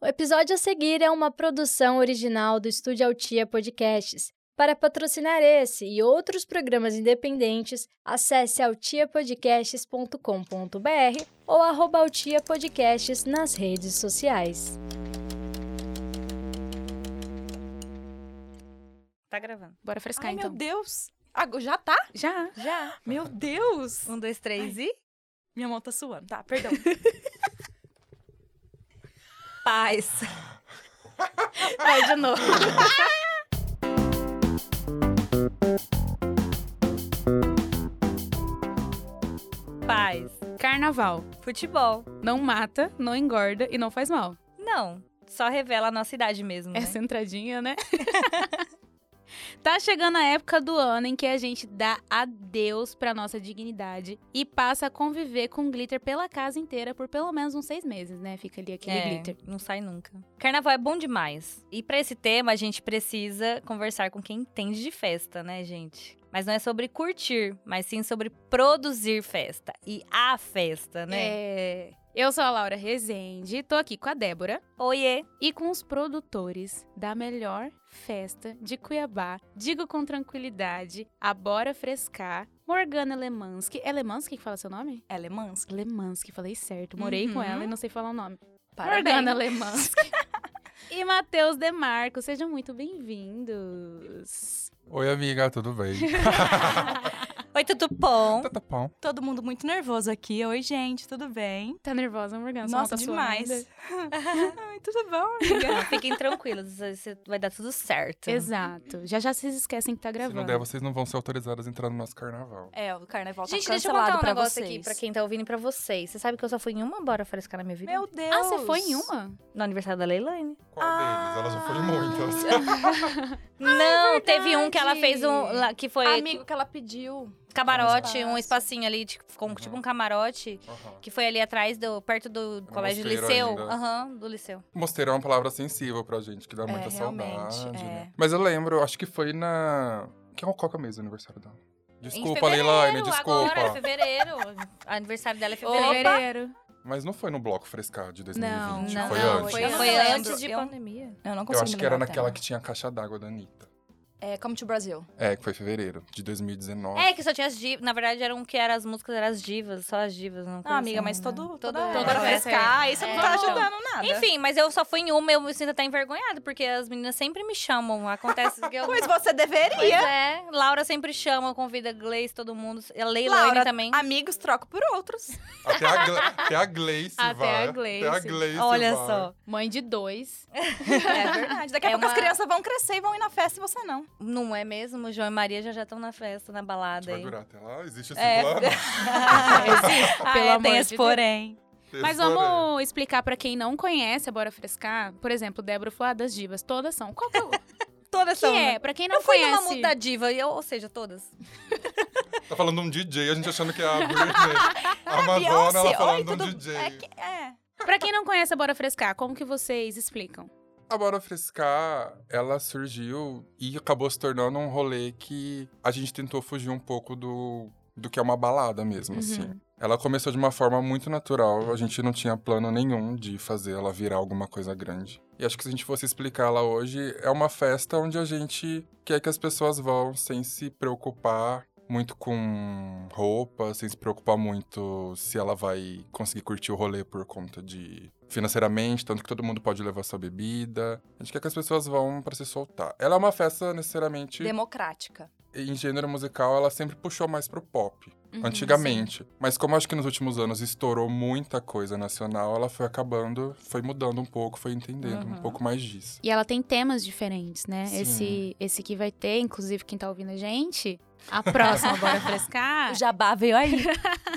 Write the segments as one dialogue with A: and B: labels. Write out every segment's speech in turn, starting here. A: O episódio a seguir é uma produção original do Estúdio Altia Podcasts. Para patrocinar esse e outros programas independentes, acesse altiapodcasts.com.br ou arroba Altia Podcasts nas redes sociais.
B: Tá gravando.
C: Bora frescar,
B: Ai,
C: então.
B: meu Deus! Agora- já tá?
C: Já.
B: Já. Meu Deus!
C: Um, dois, três e...
B: Minha mão tá suando. Tá, perdão.
C: Paz. Vai de novo.
B: Paz.
C: Carnaval.
B: Futebol.
C: Não mata, não engorda e não faz mal.
B: Não. Só revela a nossa idade mesmo, né?
C: Essa entradinha, né? tá chegando a época do ano em que a gente dá adeus pra nossa dignidade e passa a conviver com glitter pela casa inteira por pelo menos uns seis meses, né? Fica ali aquele
B: É,
C: glitter.
B: não sai nunca. Carnaval é bom demais. E pra esse tema, a gente precisa conversar com quem entende de festa, né, gente? Mas não é sobre curtir, mas sim sobre produzir festa. E a festa, né?
C: É. Eu sou a Laura Rezende, tô aqui com a Débora.
B: Oiê!
C: e com os produtores da melhor festa de Cuiabá. Digo com tranquilidade, a Bora Frescar, Morgana Lemansky. É Lemansky que fala seu nome?
B: Ela é mansa.
C: Lemansky, falei certo. Morei
B: Uhum.
C: com ela e não sei falar o nome.
B: Parabéns.
C: Morgana Lemansky. e Matheus Demarco, sejam muito bem-vindos.
D: Oi, amiga, tudo bem?
B: Oi, tudo bom?
D: Tá bom.
E: Todo mundo muito nervoso aqui. Oi, gente, tudo bem?
C: tá nervosa, Morgana? Sua
E: Nossa,
C: mão tá
E: demais.
C: suando ainda?
E: Ai, tudo bom, amiga?
B: Fiquem tranquilos, isso vai dar tudo certo.
C: Tá. Exato. Já já vocês esquecem que tá
D: Se
C: gravando.
D: não der, vocês não vão ser autorizadas a entrar no nosso carnaval.
E: É, o carnaval
B: Gente,
E: tá
B: deixa eu
E: cancelado
B: contar um
E: pra
B: negócio
E: vocês.
B: aqui pra quem tá ouvindo e pra vocês. Você sabe que eu só fui em uma bora frescar na minha vida?
E: Meu Ah, Deus!
C: Ah, você foi em uma?
B: No aniversário da Leilane.
D: Qual deles? Elas já foram muitas.
B: não, teve um que ela fez um. lá- Que foi
E: é Amigo que ela pediu.
B: camarote,
E: espaço.
B: um espacinho ali, tipo, ficou um- tipo um camarote.
D: Aham.
B: Que foi ali atrás, do, perto do colégio do
D: Um
B: liceu.
D: mosteiro ainda.
B: Aham, do liceu.
D: Mosteiro é uma palavra sensível pra gente, que dá muita
E: realmente,
D: saudade.
E: é.
D: né? Mas eu lembro, acho que foi na. Que é o Coca mesmo, o aniversário dela. Desculpa,
B: Em fevereiro,
D: Leilane, desculpa.
B: Agora, é fevereiro. aniversário dela é fevereiro.
C: Fevereiro.
D: Mas não foi no Bloco Frescar de 2020,
C: Não,
D: foi
C: não, foi
D: antes.
B: Foi,
C: antes.
E: Eu não
B: antes de
E: lembro, eu-
B: pandemia.
E: Eu não
D: Eu
E: consigo
D: acho que era
E: lembrar
D: naquela
E: dela.
D: que tinha a caixa d'água da Anitta.
E: É, Come to Brasil.
D: É, que foi fevereiro de 2019.
B: É, que só tinha as divas. Na verdade, era um que era as músicas, eram as divas, só as divas. Não
E: Ah, amiga, mas todo, toda,
B: Toda-
E: toda
C: toda
E: bora
C: festa,
E: frescar, isso não
B: É,
E: tá
B: então.
E: ajudando nada.
B: Enfim, mas eu só fui em uma, eu me sinto até envergonhada, porque as meninas sempre me chamam. Acontece que eu.
E: Pois você
B: Pois
E: deveria.
B: é, Laura sempre chama, convida Gleice, todo mundo. A Leilane
E: Laura,
B: também.
E: amigos troco por outros.
D: Até a, Gla... Até a Gleice
C: Até
D: vai.
C: a Gleice.
D: Até a Gleice
B: Olha
D: vai.
B: só.
C: Mãe de dois.
E: É verdade. Daqui a
B: É
E: pouco
B: uma-
E: as crianças vão crescer e vão ir na festa e você não.
B: Não é mesmo? João e Maria já já estão na festa, na
D: A gente
B: balada
D: vai
B: aí.
D: durar até lá? Existe esse
B: É.
D: plano?
B: Ah,
C: Pelo
B: é,
C: amor
B: tem
C: de
B: esse
C: Deus.
B: porém.
C: Mas
D: Tesourei.
C: vamos explicar pra quem não conhece a Bora Frescar. Por exemplo, Débora falou ah, das divas. Todas são. Qual que, é o- que
B: Todas são. né?
C: é? Pra quem não
B: Eu fui numa
C: conhece.
B: multa da diva, eu- ou seja, todas.
D: Tá falando um DJ, a gente achando que é a Britney. A Madonna,
E: É Beyoncé,
D: ela falando
E: oi,
D: de um
E: tudo-
D: DJ.
E: É, que- é.
C: Pra quem não conhece a Bora Frescar, como que vocês explicam?
D: A Bora Frescar, ela surgiu e acabou se tornando um rolê que a gente tentou fugir um pouco do, do que é uma balada mesmo, assim. Ela começou de uma forma muito natural, a gente não tinha plano nenhum de fazer ela virar alguma coisa grande. E acho que se a gente fosse explicar ela hoje, é uma festa onde a gente quer que as pessoas vão sem se preocupar muito com roupa, sem se preocupar muito se ela vai conseguir curtir o rolê por conta de financeiramente, tanto que todo mundo pode levar sua bebida. A gente quer que as pessoas vão pra se soltar. Ela é uma festa necessariamente
E: Democrática.
D: em gênero musical, ela sempre puxou mais pro pop.
C: Uhum,
D: Antigamente. Mas como acho que nos últimos anos estourou muita coisa nacional, ela foi acabando, foi mudando um pouco, foi entendendo um
B: Uhum.
D: pouco mais disso.
C: E ela tem temas diferentes, né?
D: Sim.
C: Esse, esse que vai ter, inclusive quem tá ouvindo a gente, a próxima Bora Frescar
E: Jabá veio aí.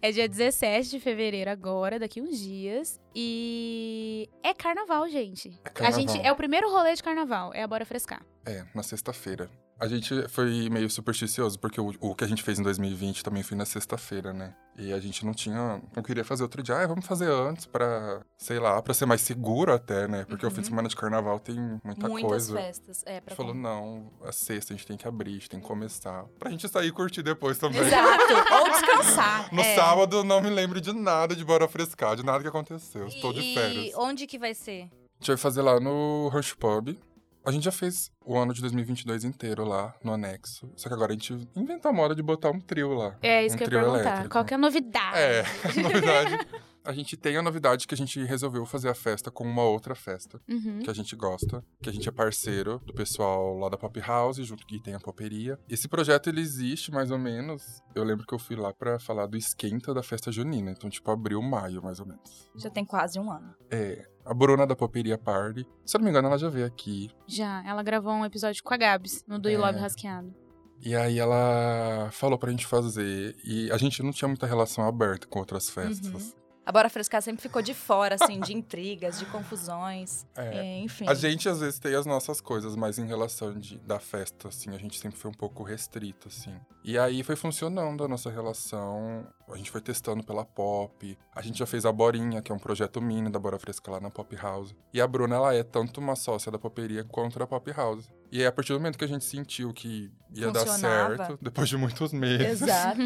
C: é dia 17 de fevereiro agora, daqui uns dias. E é carnaval, gente.
D: É carnaval.
C: A gente é o primeiro rolê de carnaval, é a Bora Frescar.
D: É, na sexta-feira. A gente foi meio supersticioso, porque o, o que a gente fez em 2020 também foi na sexta-feira, né? E a gente não tinha. Não queria fazer outro dia. Ah, vamos fazer antes pra, sei lá, pra ser mais seguro até, né? Porque o fim de semana de carnaval tem muita
E: Muitas
D: coisa.
E: festas. É,
D: A
E: pra
D: gente falou, não, a sexta a gente tem que abrir, a gente tem que começar. Pra gente sair e curtir depois também.
E: Exato. Ou descansar.
D: No
E: é.
D: sábado não me lembro de nada de Bora Frescar, de nada que aconteceu. Estou
B: E-
D: de férias.
B: E onde que vai ser?
D: A gente vai fazer lá no Ranch Pub. A gente já fez o ano de 2022 inteiro lá no anexo. Só que agora a gente inventou a moda de botar um trio lá.
C: É isso
D: Um
C: que eu ia
D: trio
C: perguntar.
D: elétrico.
C: Qual que é a novidade?
D: É, novidade. A gente tem a novidade que a gente resolveu fazer a festa com uma outra festa
C: Uhum.
D: que a gente gosta, que a gente é parceiro do pessoal lá da Pop House, junto que tem a Poperia. Esse projeto ele existe mais ou menos. Eu lembro que eu fui lá pra falar do esquenta da festa junina, então tipo abril, maio mais ou menos.
E: Já tem quase um ano.
D: É, a Bruna da Poperia Party. Se eu não me engano, ela já veio aqui.
C: Já, ela gravou um episódio com a Gabs, no Do You
D: É.
C: Love Rasqueado.
D: E aí ela falou pra gente fazer. E a gente não tinha muita relação aberta com outras festas.
E: A Bora Frescar sempre ficou de fora, assim, de intrigas, de confusões.
D: É.
E: é, enfim.
D: A gente às vezes tem as nossas coisas, mas em relação de, da festa, assim, a gente sempre foi um pouco restrito, assim. E aí foi funcionando a nossa relação. A gente foi testando pela pop. A gente já fez a Borinha, que é um projeto mini da Bora Fresca lá na Pop House. E a Bruna, ela é tanto uma sócia da poperia quanto da Pop House. E aí, a partir do momento que a gente sentiu que ia dar
E: Funcionava.
D: certo, depois de muitos meses,
E: Exato.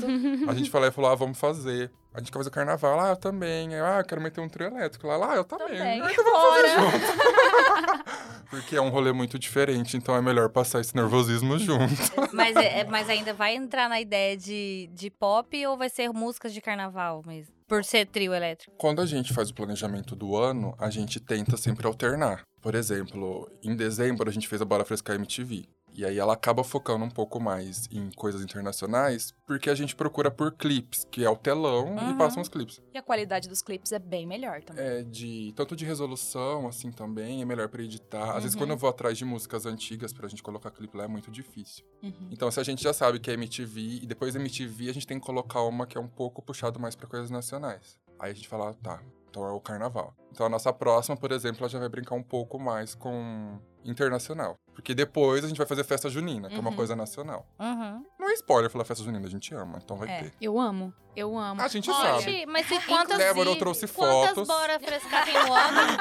D: a gente falou, e falou, ah, vamos fazer. A gente quer fazer carnaval, ah, eu também. Eu, Ah, eu quero meter um trio elétrico lá, lá, eu também.
E: Também.
D: Ah, então vamos fazer junto. Porque é um rolê muito diferente, então é melhor passar esse nervosismo junto.
B: Mas, é- é- mas ainda vai entrar na ideia de, de pop ou vai ser músicas de carnaval mesmo? Por ser trio elétrico.
D: Quando a gente faz o planejamento do ano, a gente tenta sempre alternar. Por exemplo, em dezembro a gente fez a Bora Frescar MTV. E aí ela acaba focando um pouco mais em coisas internacionais, porque a gente procura por clipes, que é o telão e
B: Aham.
D: passam os clipes.
E: E a qualidade dos clipes é bem melhor também.
D: É, de tanto de resolução, assim, também, é melhor pra editar. Às vezes,
B: Uhum.
D: quando eu vou atrás de músicas antigas pra gente colocar clipe lá, é muito difícil.
E: Uhum.
D: Então, se a gente já sabe que é MTV, e depois MTV, a gente tem que colocar uma que é um pouco puxado mais pra coisas nacionais. Aí a gente fala, ah, tá, então é o carnaval. Então, a nossa próxima, por exemplo, ela já vai brincar um pouco mais com internacional. Porque depois a gente vai fazer festa junina, que é uma
E: Uhum.
D: coisa nacional.
B: Uhum.
D: Não é spoiler falar festa junina, a gente ama, então vai
E: É.
D: ter.
C: Eu amo, eu amo.
D: A gente
C: Olha,
D: sabe.
B: mas se quantas...
D: Débora, eu trouxe
B: quantas
D: fotos.
B: bora frescar tem no ano?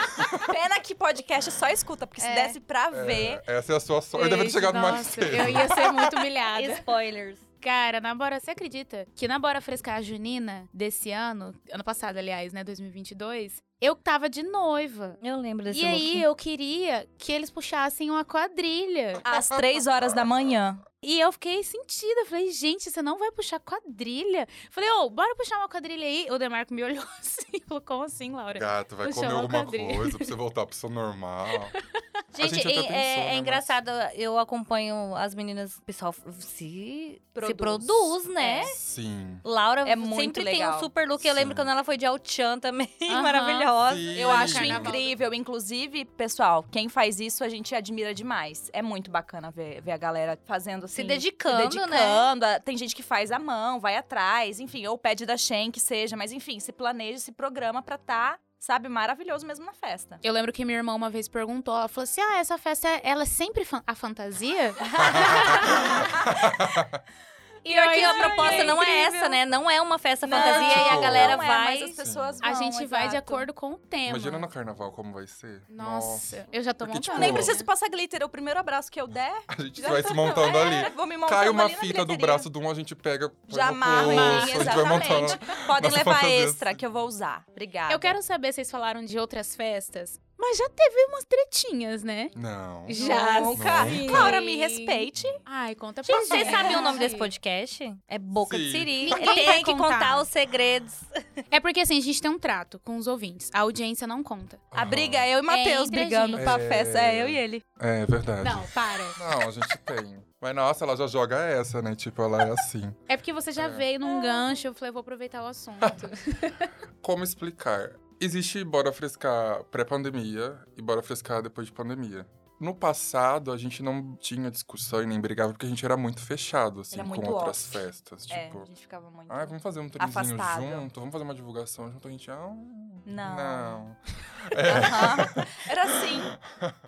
E: Pena que podcast só escuta, porque
B: É.
E: se desse pra
D: É,
E: ver.
D: essa é a sua sorte. Eu devia ter
C: Gente,
D: chegado mais
C: nossa,
D: cedo.
C: Eu ia ser muito humilhada.
B: Spoilers.
C: Cara, na Bora, você acredita que na Bora Frescar a Junina desse ano, ano passado, aliás, né, 2022, eu tava de noiva.
B: Eu lembro desse
C: e aí
B: look.
C: eu queria que eles puxassem uma quadrilha.
E: Às três horas da manhã.
C: E eu fiquei sentida. Falei, gente, você não vai puxar quadrilha? Falei, ô, bora puxar uma quadrilha aí. O Demarco me olhou assim e falou, como assim, Laura?
D: Gata, vai
C: Puxa,
D: comer
C: logo
D: alguma
C: Adri.
D: coisa pra você voltar pro seu normal.
B: Gente,
D: gente até
B: é,
D: pensou,
B: é-
D: né,
B: é
D: mas-
B: engraçado. Eu acompanho as meninas. O pessoal se produz, se
E: Produz.
B: produz né?
D: Sim.
B: Laura
E: É muito
B: sempre tem um
E: legal.
B: super look. Eu lembro
D: Sim.
B: quando ela foi de Altian também,
C: Aham.
B: maravilhosa.
D: Sim.
E: Eu acho
C: Carnaval.
E: incrível. Inclusive, pessoal, quem faz isso a gente admira demais. É muito bacana ver, ver a galera fazendo assim.
B: Se dedicando,
E: se
B: né?
E: dedicando. a- Tem gente que faz à mão, vai atrás, enfim, ou pede da Shen que seja, mas enfim, se planeja, se programa pra tá, sabe, maravilhoso mesmo na festa.
C: Eu lembro que minha irmã uma vez perguntou, ela falou assim, ah, essa festa, ela é sempre fan- a fantasia?
B: E pior que a
E: Ai,
B: proposta
E: é
B: não é
E: incrível.
B: essa, né? Não é uma festa fantasia e a
D: tipo,
B: galera
E: não é,
B: vai.
E: mas as pessoas
C: A
E: vão,
C: gente vai de
E: exato.
C: acordo com o tema.
D: Imagina no carnaval como vai ser.
C: Nossa, eu já tô
D: Porque,
C: montando.
D: tipo,
E: Nem preciso passar glitter, é o primeiro abraço que eu der.
D: A gente
E: já
D: vai
E: tá-
D: se montando
E: é,
D: ali.
E: Vou me montando
D: Cai uma
E: ali na
D: fita do
E: bilheteria.
D: braço de um, a gente pega. põe
E: Já
D: no
E: amarro
D: bolso,
E: em mim,
D: A gente vai montando.
E: exatamente. Podem
D: nossa
E: levar
D: fantasia.
E: extra que eu vou usar. Obrigada.
C: Eu quero saber, vocês falaram de outras festas, mas já teve umas tretinhas, né?
D: Não.
C: Já
E: Nunca.
D: sim.
E: Laura, me respeite.
C: Ai, conta pra
B: Gente, vocês
C: gente.
B: sabem o nome desse podcast? É Boca de
D: Sim.
B: Siri.
C: Ninguém vai
B: Tem que
C: contar
B: contar os segredos.
C: É porque assim, a gente tem um trato com os ouvintes. A audiência não conta.
E: A briga é eu e o
C: É
E: Matheus
C: entre a
E: brigando
C: gente.
E: pra
D: É.
E: festa. É eu e ele.
D: É verdade.
C: Não, para.
D: Não, a gente tem. Mas nossa, ela já joga essa, né? Tipo, ela é assim.
C: É porque você já
D: É.
C: veio num gancho, eu falei, eu vou aproveitar o assunto.
D: Como explicar? Existe Bora Frescar pré-pandemia e Bora Frescar depois de pandemia. No passado, a gente não tinha discussão e nem brigava, porque a gente era muito fechado, assim,
E: Era
D: com
E: muito
D: outras
E: off.
D: festas.
E: É,
D: Tipo,
E: a gente ficava muito.
D: ah, vamos fazer um trinzinho
E: Afastado.
D: junto, vamos fazer uma divulgação junto. A gente, ah,
E: Não.
D: não.
E: Aham. Era assim.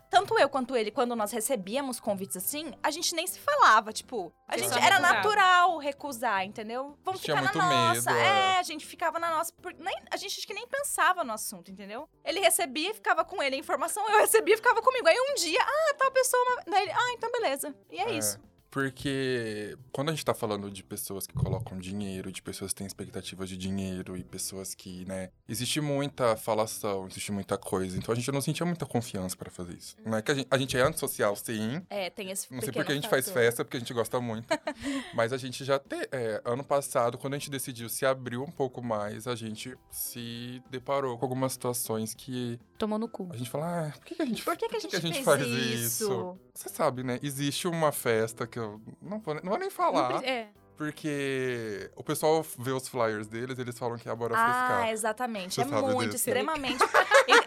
E: Tanto tanto eu quanto ele, quando nós recebíamos convites assim, a gente nem se falava, tipo, a
B: Vocês
E: gente
B: só
E: era
B: recusavam.
E: natural recusar, entendeu? Vamos
D: Tinha
E: ficar na
D: muito
E: nossa.
D: medo,
E: é.
D: é.
E: a gente ficava na nossa, por- nem, a gente acho que nem pensava no assunto, entendeu? Ele recebia e ficava com ele a informação, eu recebia e ficava comigo. Aí um dia, ah, tal pessoa, uma... daí ele, ah, então beleza. E é,
D: É.
E: isso.
D: Porque quando a gente tá falando de pessoas que colocam dinheiro, de pessoas que têm expectativas de dinheiro e pessoas que, né, existe muita falação, existe muita coisa. Então a gente não sentia muita confiança pra fazer isso. Não é que a gente, a gente é antissocial, sim.
E: É, tem esse
D: Não sei
E: pequeno
D: porque a gente faz
E: fator.
D: festa, porque a gente gosta muito. Mas a gente já te, é, ano passado, quando a gente decidiu se abrir um pouco mais, a gente se deparou com algumas situações que
C: Tomou no cu.
D: a gente fala, ah, por que, que a gente
E: Por que, que a
D: por
E: gente, fez isso?
D: Você sabe, né? Existe uma festa que eu não vou, nem- não vou nem
C: Não
D: falar.
C: pre- é.
D: Porque o pessoal vê os flyers deles, eles falam que é a Bora
E: Ah,
D: Frescar.
E: exatamente.
D: Você
E: é
D: sabe
E: muito,
D: disso.
E: extremamente.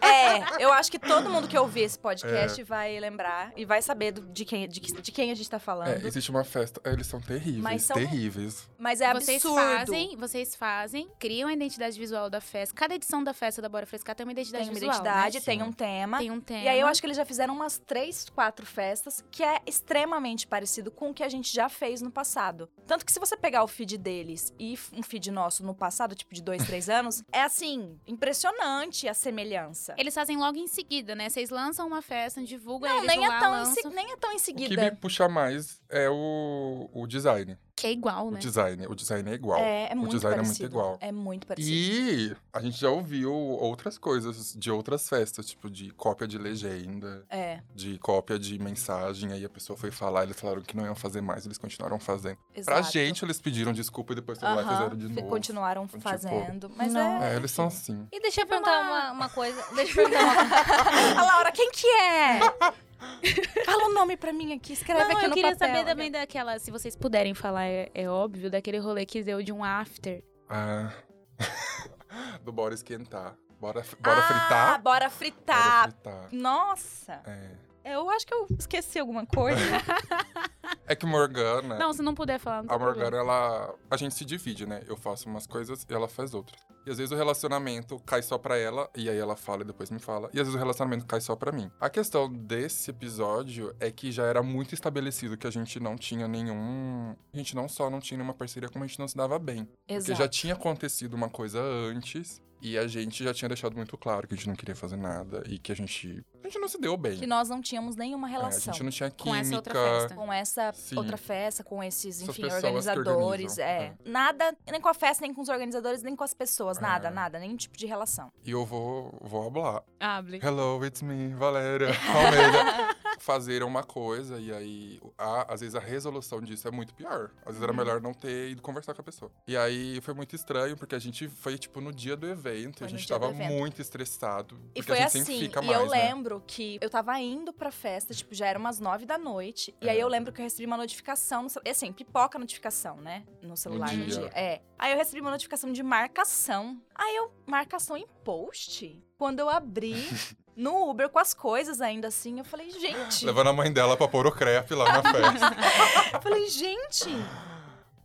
E: é, eu acho que todo mundo que ouvir esse podcast vai lembrar e vai saber do- de, quem, de, que- de quem a gente tá falando.
D: É. É, existe uma festa. É, eles são terríveis,
E: Mas são-
D: terríveis.
E: Mas é
C: vocês
E: absurdo.
C: fazem, vocês fazem, criam a identidade visual da festa. Cada edição da festa da Bora Frescar tem uma identidade
E: Tem uma
C: visual,
E: identidade,
D: né?
E: tem
D: Sim.
E: um tema.
C: né? Tem um tema.
E: E aí eu acho que eles já fizeram umas três, quatro festas que é extremamente parecido com o que a gente já fez no passado. Tanto que se você pegar o feed deles e f- um feed nosso no passado, tipo de dois, três anos, é assim, impressionante a semelhança.
C: Eles fazem logo em seguida, né? Vocês lançam uma festa, divulgam,
E: Não,
C: eles um vão
E: nem é,
C: lá,
E: tão em se-
C: lançam,
E: nem é tão em
D: O que me
E: seguida.
D: puxa mais é o, o design.
C: que é igual,
D: O
C: né?
D: design. O design é igual.
E: É, é muito
D: design é muito
E: parecido.
D: igual.
E: É muito parecido.
D: E a gente já ouviu outras coisas de outras festas, tipo de cópia de legenda,
E: É,
D: de cópia de mensagem. Aí a pessoa foi falar, eles falaram que não iam fazer mais, eles continuaram fazendo.
E: exato.
D: Pra gente, eles pediram desculpa e depois foram lá e
E: Aham,
D: fizeram de
E: fi-
D: novo.
E: Continuaram
D: Tipo,
E: fazendo. Mas
C: não.
E: é.
D: É, eles são assim.
B: E deixa eu perguntar uma, uma coisa. Deixa eu perguntar uma
E: A Laura, quem que é? Fala o nome pra mim aqui, escreve
C: Não,
E: aqui
C: eu
E: no
C: queria
E: papel. né?
C: saber também daquela, se vocês puderem falar, é, é óbvio, daquele rolê que deu de um after.
D: Ah. Do bora esquentar. Bora, f- bora
E: ah, tá.
D: fritar?
E: Bora fritar.
D: Bora fritar.
E: Nossa,
D: É.
E: eu acho que eu esqueci alguma coisa.
D: É que Morgana.
C: Não, se não puder falar, não tem
D: A
C: problema.
D: Morgana, ela. A gente se divide, né? Eu faço umas coisas e ela faz outras. E às vezes o relacionamento cai só pra ela, e aí ela fala e depois me fala. E às vezes o relacionamento cai só pra mim. A questão desse episódio é que já era muito estabelecido que a gente não tinha nenhum. A gente não só não tinha nenhuma parceria, como a gente não se dava bem. Porque já tinha acontecido uma coisa antes. E a gente já tinha deixado muito claro que a gente não queria fazer nada e que a gente. A gente não se deu bem.
E: Que nós não tínhamos nenhuma
D: É, a
E: relação
D: gente não tinha química.
C: Com essa outra festa.
E: com essa
D: Sim.
E: outra festa, com esses,
D: Essas
E: enfim,
D: pessoas que
E: organizadores.
D: organizam,
E: é.
D: é.
E: Nada, nem com a festa, nem com os organizadores, nem com as pessoas. Nada,
D: É.
E: nada, nenhum tipo de relação.
D: E eu vou, vou hablar.
C: Abre.
D: Hello, it's me, Valéria Almeida. Fazer uma coisa e aí, a- às vezes a resolução disso é muito pior. Às vezes
E: Uhum.
D: era melhor não ter ido conversar com a pessoa. E aí foi muito estranho, porque a gente foi, tipo, no dia do evento,
E: Foi
D: a
E: no
D: gente
E: dia do
D: tava
E: evento.
D: muito estressado.
E: E
D: porque
E: foi
D: a gente
E: assim,
D: sempre fica
E: e
D: mais,
E: eu
D: né?
E: lembro que eu tava indo pra festa, tipo, já era umas nove da noite. E
D: É.
E: aí eu lembro que eu recebi uma notificação, no cel- e assim, pipoca a notificação, né? No celular no
D: dia.
E: dia. É. Aí eu recebi uma notificação de marcação. Aí eu, marcação em post? Quando eu abri no Uber com as coisas ainda assim, eu falei, gente.
D: Levando a mãe dela pra pôr o crepe lá na festa.
E: Eu falei, gente!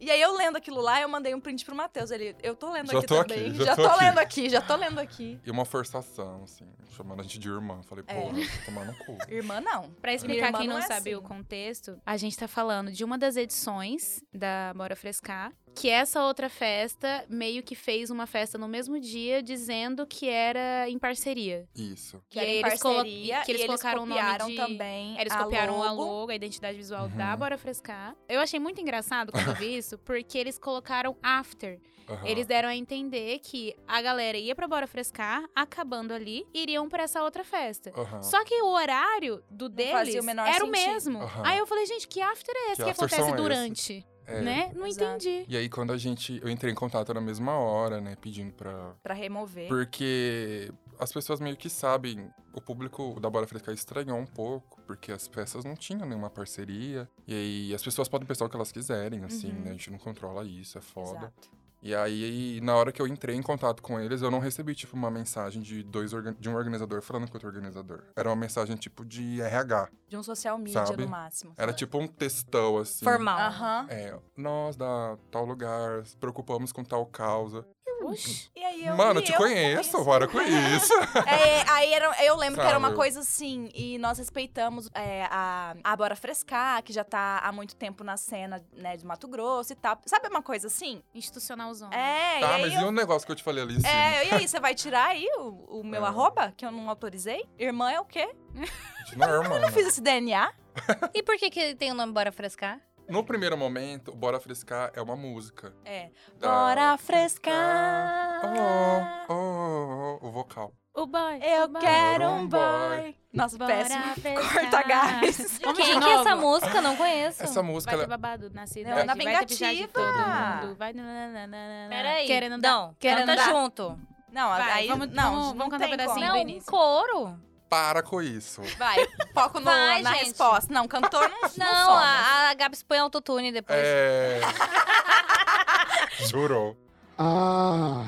E: E aí eu lendo aquilo lá, eu mandei um print pro Matheus. Ele, eu tô lendo
D: Já
E: aqui
D: tô
E: também.
D: aqui, já
E: já
D: tô
E: tô,
D: aqui."
E: lendo aqui, já tô lendo aqui.
D: e uma forçação, assim, chamando a gente de irmã. Falei, pô,
E: É.
D: é. tomando cu.
E: Irmã, não.
C: Pra explicar
E: irmã
C: quem
E: não
C: não,
E: é
C: sabe
E: assim.
C: o contexto, a gente tá falando de uma das edições da Bora Frescar, que essa outra festa meio que fez uma festa no mesmo dia, dizendo que era em parceria.
D: Isso.
E: Que
C: E
E: era
C: aí
E: em
C: eles colo-
E: parceria,
C: que eles
E: e eles
C: colocaram o nome
E: copiaram
C: de-
E: também.
C: Eles
E: a
C: copiaram
E: logo.
C: a logo, a identidade visual
D: Uhum.
C: da Bora Frescar. Eu achei muito engraçado quando eu vi isso, porque eles colocaram after.
D: Aham.
C: Eles deram a entender que a galera ia pra Bora Frescar, acabando ali, iriam pra essa outra festa.
D: Aham.
C: Só que o horário do deles
E: fazia o menor
C: era o
E: sentido.
C: mesmo.
D: Aham.
C: Aí eu falei, gente, que after é esse
D: Que
C: que,
D: after são
C: acontece
D: esses?
C: durante?
D: É.
C: Né? Não
E: Exato.
C: entendi.
D: E aí, quando a gente. Eu entrei em contato na mesma hora, né? Pedindo pra,
E: Pra remover.
D: Porque as pessoas meio que sabem, o público da Bora Fresca estranhou um pouco, porque as peças não tinham nenhuma parceria. E aí as pessoas podem pensar o que elas quiserem, assim,
C: Uhum.
D: né? A gente não controla isso, é foda.
E: Exato.
D: E aí, na hora que eu entrei em contato com eles, eu não recebi, tipo, uma mensagem de, dois orga- de um organizador falando com outro organizador. Era uma mensagem, tipo, de RH.
E: De um social media
D: Sabe?
E: no máximo.
D: Era tipo um textão, assim.
B: Formal.
E: Aham.
D: É, nós da tal lugar, preocupamos com tal causa. Eu,
C: Oxi.
E: E aí eu
D: Mano,
E: e
D: te
E: eu
D: conheço, bora com isso.
E: É, aí era- eu lembro que era uma
D: Sabe?
E: coisa assim, e nós respeitamos é, a, a Bora Frescar, que já tá há muito tempo na cena, né, de Mato Grosso e tal. Sabe uma coisa assim?
C: Institucionalzão.
E: É,
D: Tá,
E: e
D: mas
E: aí
D: e
E: eu...
D: o negócio que eu te falei ali em cima?
E: É, e aí, você vai tirar aí o, o meu
D: É.
E: arroba, que eu não autorizei? Irmã é o quê?
D: De normal.
E: Eu fiz esse DNA?
B: E por que que tem o nome Bora Frescar?
D: No primeiro momento, o Bora Frescar é uma música.
E: É.
D: da-
E: Bora
D: frescar.
E: frescar.
D: Oh, oh, oh, o vocal.
C: O boy.
E: Eu
C: o boy.
E: quero um
D: Um
E: boy.
D: boy.
E: Nossa,
C: Bora
E: péssimo.
C: frescar.
E: Corta gás.
C: Vamos de
B: Quem que é
C: novo?
B: essa música? Não conheço.
D: Essa música,
C: Vai ter
D: ela... é
C: babado na cidade.
E: Não, na
C: vai ter pichagem de todo
E: vingativa.
C: mundo. Vai. nananana.
B: Peraí.
C: Querendo dar.
B: não,
C: Querendo
B: canta
C: dar.
B: junto.
E: Não,
C: Vai,
E: aí
C: vamos-
E: não,
C: vamos-
E: não
C: vamos cantar
E: tem
C: um pedacinho
E: como.
B: Não, um coro.
D: para com isso.
E: Vai, foco no,
B: Vai,
E: na
B: gente.
E: resposta. Não, cantor não, não,
B: Não,
E: soma.
C: ah,
B: a, a Gabi põe autotune depois.
D: É. Jurou.
F: Ah,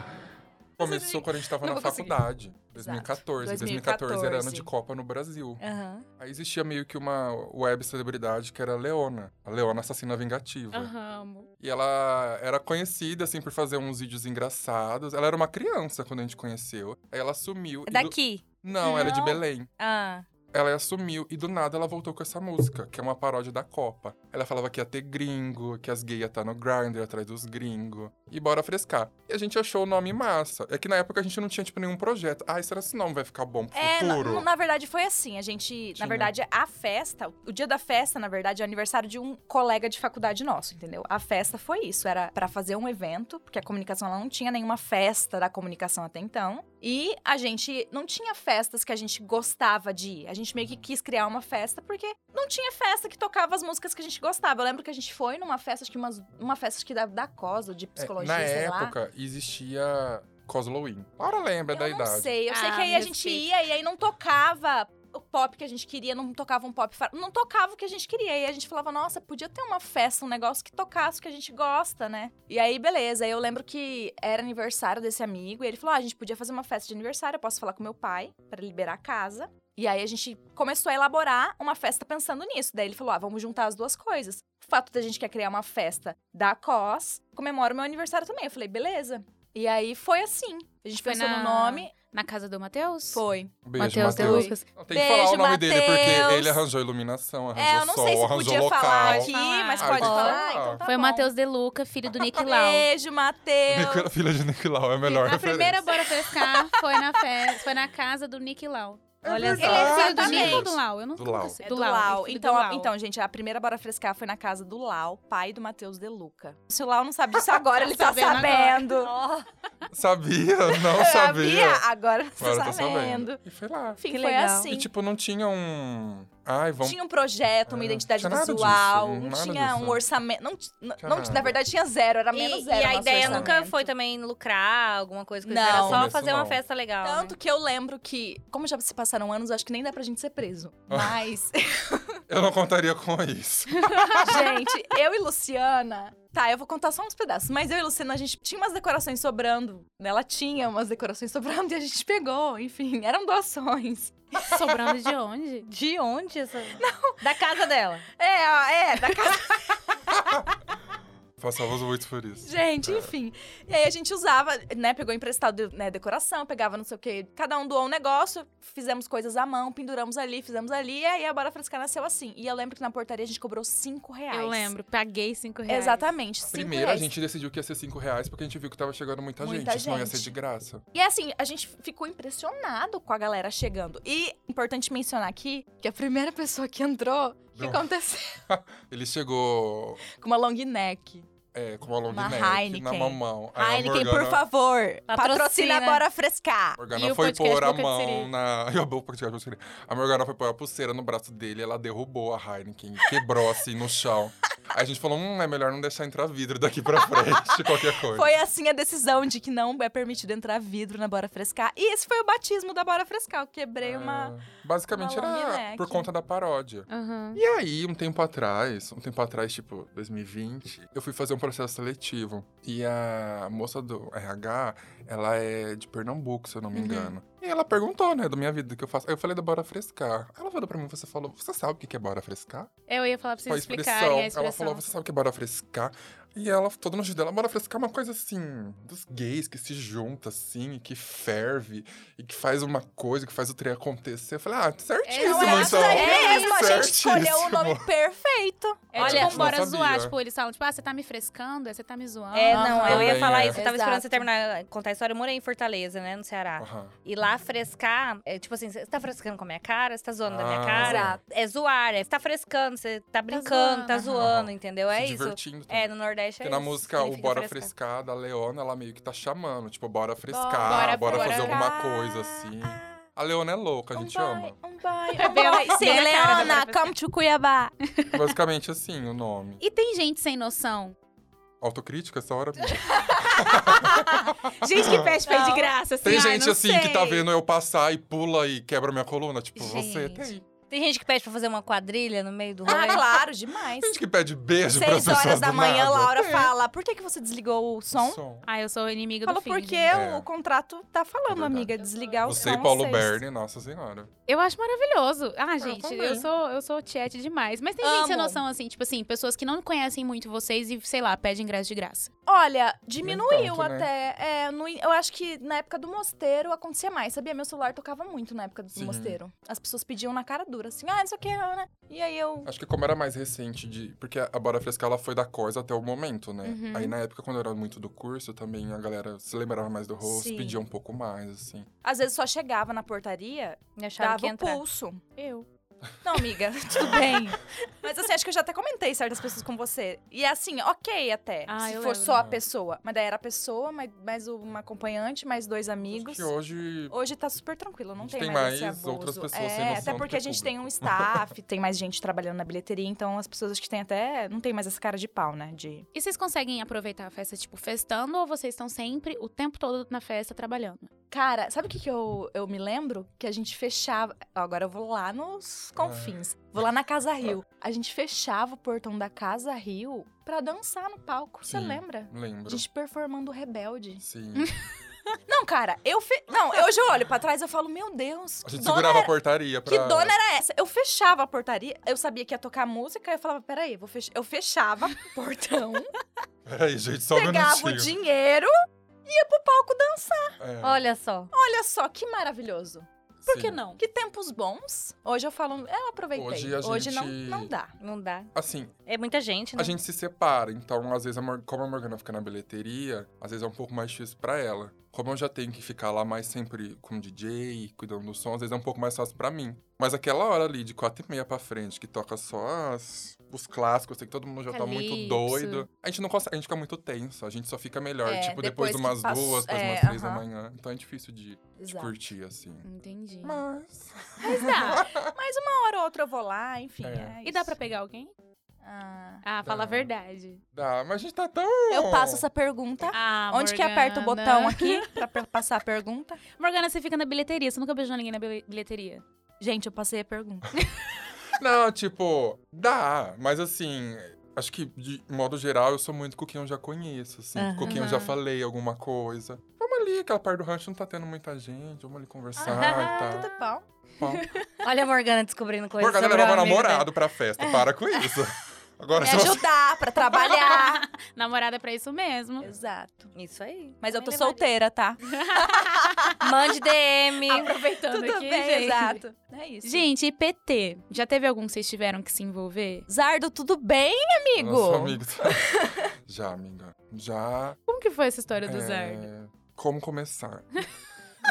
D: Começou quando a gente tava
E: Não
D: na
E: vou conseguir.
D: faculdade. 2014. 2014 era ano
E: 2014.
D: de Copa no Brasil.
B: Aham.
D: Aí existia meio que uma web celebridade que era a Leona. A Leona assassina vingativa.
C: Aham, amo.
D: E ela era conhecida, assim, por fazer uns vídeos engraçados. Ela era uma criança quando a gente conheceu. Aí ela sumiu. e do-
B: É Daqui.
D: Não, ela é de
E: Não.
D: Belém.
B: Ah.
D: Ela assumiu e do nada ela voltou com essa música, que é uma paródia da Copa. Ela falava que ia ter gringo, que as gays ia tá no grinder atrás dos gringos. E bora frescar. E a gente achou o nome massa. É que na época a gente não tinha, tipo, nenhum projeto. Ah, será que esse nome vai ficar bom pro
E: É, na,
D: futuro?
E: na verdade foi assim, a gente, na
D: Tinha.
E: verdade, a festa, o dia da festa, na verdade, é aniversário de um colega de faculdade nosso, entendeu? A festa foi isso, era pra fazer um evento, porque a comunicação ela não tinha nenhuma festa da comunicação até então, e a gente não tinha festas que a gente gostava de ir. A gente meio que
D: Uhum.
E: quis criar uma festa porque não tinha festa que tocava as músicas que a gente gostava. Eu lembro que a gente foi numa festa, acho que umas- uma festa acho que da, da COS, ou de
D: É,
E: psicologia,
D: na
E: sei lá.
D: época existia Coslowin. Ora lembra
E: Eu
D: da
E: não
D: idade.
E: sei, eu sei
C: Ah,
E: que aí
C: me
E: a gente
C: respeita.
E: ia e aí não tocava o pop que a gente queria, não tocava um pop, fa- não tocava o que a gente queria. E a gente falava, nossa, podia ter uma festa, um negócio que tocasse o que a gente gosta, né? E aí, beleza. Aí eu lembro que era aniversário desse amigo e ele falou, ah, a gente podia fazer uma festa de aniversário, eu posso falar com meu pai pra liberar a casa. E aí a gente começou a elaborar uma festa pensando nisso. Daí ele falou: ah, vamos juntar as duas coisas. O fato da gente quer criar uma festa da COS, comemora o meu aniversário também. Eu falei, beleza. E aí foi assim. A gente
C: Foi
E: pensou
C: na-
E: no nome.
C: Na casa do Matheus?
E: Foi.
D: Beijo,
C: Matheus
D: Matheus.
C: tem um músicas.
D: Não, Tem que
E: Beijo,
D: falar o nome dele,
E: Matheus.
D: porque ele arranjou iluminação, arranjou
E: É, eu não
D: sol,
E: sei se
D: arranjou
E: podia
D: local.
E: falar
C: Pode
E: aqui,
C: falar.
E: mas
D: Ah,
E: pode
D: pode
E: falar.
D: falar.
E: Então tá
C: Foi o
E: bom.
C: Matheus De Luca, filho do Nick Lau.
E: Beijo, Matheus.
D: Nicolau- Filha de Nicolau é a melhor
C: a
D: referência.
C: primeira Bora Pescar foi na, fe... foi na casa do Nick Lau.
B: Olha
C: Ele é filho do Nick ou
D: Exatamente.
C: do Lau? Eu não
D: Do
C: nunca
D: Lau.
C: sei.
E: É Lau.
C: é filho do
E: Então, a-
C: Lau.
E: então, gente, a primeira Bora Frescar foi na casa do Lau, pai do Matheus De Luca. Se o Lau não sabe disso agora, ele tá
C: Sabendo agora.
E: sabendo.
B: Ó,
D: Sabia? Não sabia.
E: Agora
D: Agora
E: tá
D: tá
E: sabendo.
D: E foi lá.
E: Enfim,
B: Que
E: foi
B: legal.
E: assim.
D: E, tipo, não tinha um. Ai, vamos.
E: Tinha um projeto, uma
D: É,
E: identidade
D: tinha nada
E: visual,
D: disso,
E: não
D: nada
E: tinha um
D: disso.
E: orçamento. Não, ti- não,
D: Tinha
E: não-
D: nada.
E: na verdade, tinha zero, era Tá menos
B: E,
E: zero.
B: e a
E: nosso
B: ideia nunca
E: orçamento.
B: foi também lucrar, alguma coisa com isso.
E: Não.
B: Era
D: No
B: só
D: começo,
B: fazer uma
D: não.
B: festa legal. né?
E: Tanto que eu lembro que, como já se passaram anos, acho que nem dá pra gente ser preso.
D: Ah.
E: Mas um
D: Eu não contaria com isso.
E: Gente, eu e Luciana. Tá, eu vou contar só uns pedaços. Mas eu e Luciana, a gente tinha umas decorações sobrando. né? Ela tinha umas decorações sobrando e a gente pegou. Enfim, eram doações.
C: Sobrando de onde?
B: De onde essa? Da casa dela.
E: É, ó, é, da casa.
D: Passávamos muito por isso.
E: gente, enfim. E aí a gente usava, né? Pegou emprestado, né? Decoração, pegava não sei o quê. Cada um doou um negócio, fizemos coisas à mão, penduramos ali, fizemos ali. E aí a Bora Frescar nasceu assim. E eu lembro que na portaria a gente cobrou cinco reais.
C: Eu lembro, paguei cinco reais.
E: Exatamente, cinco
D: Primeiro,
E: reais.
D: a gente decidiu que ia ser 5 reais, porque a gente viu que tava chegando muita,
E: Muita
D: gente. Isso não ia
E: gente.
D: ser de graça.
E: E assim, a gente ficou impressionado com a galera chegando. E importante mencionar aqui que a primeira pessoa que entrou, o que
D: Não.
E: aconteceu?
D: Ele chegou
E: Com uma long neck.
D: é, com uma long
E: Uma
D: neck
E: Heineken.
D: na mamão. Aí a
E: Heineken,
D: Morgana-
E: por favor, patrocina,
B: Patrocina.
E: Bora Frescar.
D: Morgana
C: E o
D: foi
C: podcast
D: pôr a
C: Boca de Siri.
D: mão na. E o podcast Boca de Siri. A Morgana foi pôr a pulseira no braço dele, ela derrubou a Heineken, quebrou assim no chão. Aí a gente falou: hum, é melhor não deixar entrar vidro daqui pra frente, qualquer coisa.
E: Foi assim a decisão de que não é permitido entrar vidro na Bora Frescar. E esse foi o batismo da Bora Frescar. Eu quebrei uma...
D: Ah, Basicamente
E: uma long
D: era
E: neck.
D: por conta da paródia.
C: Aham.
D: E aí, um tempo atrás, um tempo atrás, tipo 2020, eu fui fazer um processo seletivo. E a moça do RH, ela é de Pernambuco, se eu não me
C: Uhum.
D: engano. E ela perguntou, né, da minha vida, do que eu faço. Aí eu falei da Bora Frescar. Ela falou pra mim, você falou, você sabe o que que é Bora Frescar?
C: Eu ia falar pra
D: Foi a
C: vocês
D: expressão.
E: né,
C: explicarem a
D: Ela
C: expressão.
D: falou, você sabe o que é Bora Frescar? E ela, todo no dela, bora frescar uma coisa assim, dos gays que se junta assim, e que ferve, e que faz uma coisa, que faz o trem acontecer. Eu falei, ah, certíssimo,
E: Não é isso
D: então.
E: aí mesmo, a gente
D: Certíssimo.
E: escolheu o nome perfeito.
C: É
B: Olha-
C: tipo, bora
D: Não
C: zoar.
D: sabia.
C: Tipo, eles falam, tipo, ah, você tá me frescando, é, você tá me zoando.
B: É, não, eu ia
D: Também
B: falar
D: é.
B: isso. Eu tava esperando você
E: Ah, Exato.
B: terminar, contar a história. Eu morei em Fortaleza, né, no Ceará.
D: Aham.
B: E lá frescar, é tipo assim, você tá frescando com a minha cara? Você tá zoando da minha
D: Ah.
B: cara?
E: Exato.
B: É zoar, é você tá frescando, você tá brincando,
C: zoando,
B: tá
C: aham.
B: zoando, entendeu? É
D: se
B: isso.
D: divertindo. também.
B: É, no Nordeste é
D: Porque na
B: isso,
D: música O
B: significa
D: Bora
B: frescar.
D: Frescar, da Leona, ela meio que tá chamando. Tipo, bora frescar,
C: Bora
D: bora, fazer
C: frescar.
D: alguma coisa assim. A Leona é louca, a gente ama.
E: Ah, Um boy,
C: É
E: um
C: bem-
E: boy. Sim,
C: bem na cara da
E: Leona,
C: Bárbara.
E: come to Cuiabá.
D: Basicamente assim, o nome.
C: E tem gente sem noção.
D: Autocrítica essa hora?
C: Gente que pede pra ir de
E: Não.
C: graça, assim.
D: Tem
C: "Ai,
D: gente
C: não
D: assim que
C: sei".
D: tá vendo eu passar e pula e quebra minha coluna. Tipo, você
B: Gente.
D: tem.
B: Tem gente que pede pra fazer uma quadrilha no meio do rolê.
E: Ah, claro, demais.
D: Tem gente que pede beijo
E: Seis
D: pras pessoas
E: horas da
D: do
E: manhã,
D: nada.
E: Laura
D: É.
E: fala, por que, que você desligou o som?
D: Som.
C: Ah, eu sou o inimigo
E: Falou,
C: do filho.
E: porque
D: É.
E: o contrato tá falando,
D: É verdade.
E: amiga, desligar o som. é
D: Você e
E: às
D: Paulo
E: seis.
D: Berni, nossa senhora.
C: Eu acho maravilhoso. Ah, gente, eu,
D: também.
C: sou eu sou chat demais. Mas tem gente sem
B: Amo.
C: noção, assim, tipo assim, pessoas que não conhecem muito vocês e, sei lá, pedem ingresso de graça.
E: Olha, diminuiu
D: tanto, né?
E: até. É, no- eu acho que na época do mosteiro acontecia mais, sabia? Meu celular tocava muito na época do
D: Sim.
E: mosteiro. As pessoas pediam na cara dura, assim, ah, não sei o que, né? E aí eu.
D: Acho que como era mais recente de. Porque a Bora Frescar ela foi da coisa até o momento, né?
C: Uhum.
D: Aí na época, quando eu era muito do curso, também a galera se lembrava mais do rosto,
B: Sim.
D: pedia um pouco mais, assim.
E: Às vezes só chegava na portaria,
B: E achava que
E: dava
B: ia
E: o
B: entrar.
E: pulso.
C: Eu.
E: Não, amiga, tudo bem. Mas assim, acho que eu já até comentei certas pessoas com você. E é assim, ok até.
C: Ah,
E: se
C: eu
E: for
C: lembro.
E: só a pessoa. Mas daí era a pessoa, mais, mais uma acompanhante, mais dois amigos.
D: Acho que hoje.
E: Hoje tá super tranquilo, não
D: A gente
E: tem,
D: tem
E: mais, esse
D: mais
E: abuso.
D: outras pessoas
E: é,
D: sem noção
E: até
D: do
E: porque
D: que é
E: a gente
D: público.
E: tem um staff, tem mais gente trabalhando na bilheteria, então as pessoas acho que tem até não tem mais essa cara de pau, né, de
C: E vocês conseguem aproveitar a festa, tipo, festando ou vocês estão sempre, o tempo todo na festa, trabalhando?
E: Cara, sabe o que, que eu, eu me lembro? Que a gente fechava. Ó, Agora eu vou lá nos
D: Ah.
E: confins. Vou lá na Casa Rio. A gente fechava o portão da Casa Rio pra dançar no palco. Você
D: Sim.
E: lembra? A
D: Lembro.
E: gente performando o Rebelde.
D: Sim.
E: Não, cara, eu. Fe... Não, eu já olho pra trás e eu falo, meu Deus.
D: A
E: que né?
D: gente
E: dona
D: segurava a portaria pra.
E: Que né? dona era essa? Eu fechava a portaria, eu sabia que ia tocar música, eu falava, peraí, eu vou fech... eu fechava o portão,
D: Tá Peraí, gente, só um
E: pegava o
D: minutinho.
E: dinheiro e ia pro palco dançar.
D: É,
B: Olha só.
E: Olha só, que maravilhoso.
C: Por que
D: sim.
C: não?
E: Que tempos bons. Hoje eu falo, é, eu aproveitei.
D: Hoje a gente-
E: não, não dá.
B: Não dá.
D: Assim,
B: É muita gente, né?
D: a gente se separa, então às vezes, a Mor- como a Morgana fica na bilheteria, às vezes é um pouco mais difícil pra ela. Como eu já tenho que ficar lá mais sempre com o DJ, cuidando do som, às vezes é um pouco mais fácil pra mim. Mas aquela hora ali, de quatro e meia pra frente, que toca só as- os clássicos, assim, que todo mundo já tá muito
C: Calypso.
D: doido. A gente não consegue, a gente fica muito tenso, a gente só fica melhor,
E: É,
D: tipo, depois,
E: depois
D: de
E: que
D: umas
E: passou-
D: duas, depois de
E: é,
D: umas três da
E: aham.
D: manhã. Então é difícil de, de
E: Exato.
D: curtir, assim.
C: Entendi.
D: Mas.
C: Mas dá.
E: Mas uma hora ou outra eu vou lá, enfim. é
D: É.
C: e dá
E: isso.
C: pra pegar alguém?
E: Ah.
C: Ah, fala a
D: Dá.
C: verdade.
D: Dá, mas a gente tá tão.
E: Eu passo essa pergunta.
C: Ah,
E: Onde que aperta o
C: Morgana.
E: botão aqui pra pra passar a pergunta?
C: Morgana, você fica na bilheteria, você nunca beijou ninguém na bil- bilheteria.
E: Gente, eu passei a pergunta.
D: Não, tipo, dá, mas assim, acho que de modo geral eu sou muito com quem eu já conheço, assim.
B: Aham.
D: Com quem eu já falei alguma coisa. Vamos ali, aquela parte do rancho não tá tendo muita gente, vamos ali conversar
B: Ah,
D: e tal.
E: Tudo bom?
D: Bom,
B: Olha a Morgana descobrindo coisas.
D: Morgana
B: sobre o
D: levava
B: amigo né? É dela.
D: é namorado pra festa, para com isso. Agora,
E: Me
D: se você.
E: ajudar, pra trabalhar.
C: Namorada é pra isso mesmo.
E: Exato.
B: Isso aí.
E: Mas eu tô
B: Também
E: solteira, tá?
B: levaria. Mande DM.
C: Aproveitando
E: Tudo
C: aqui,
E: bem,
C: gente.
E: exato. É isso.
C: Gente, e PT? Já teve algum que vocês tiveram que se envolver?
E: Zardo, tudo bem, amigo?
D: Nossa, amigo. Já, amiga. Já.
C: Como que foi essa história do
D: É,
C: Zardo?
D: Como começar?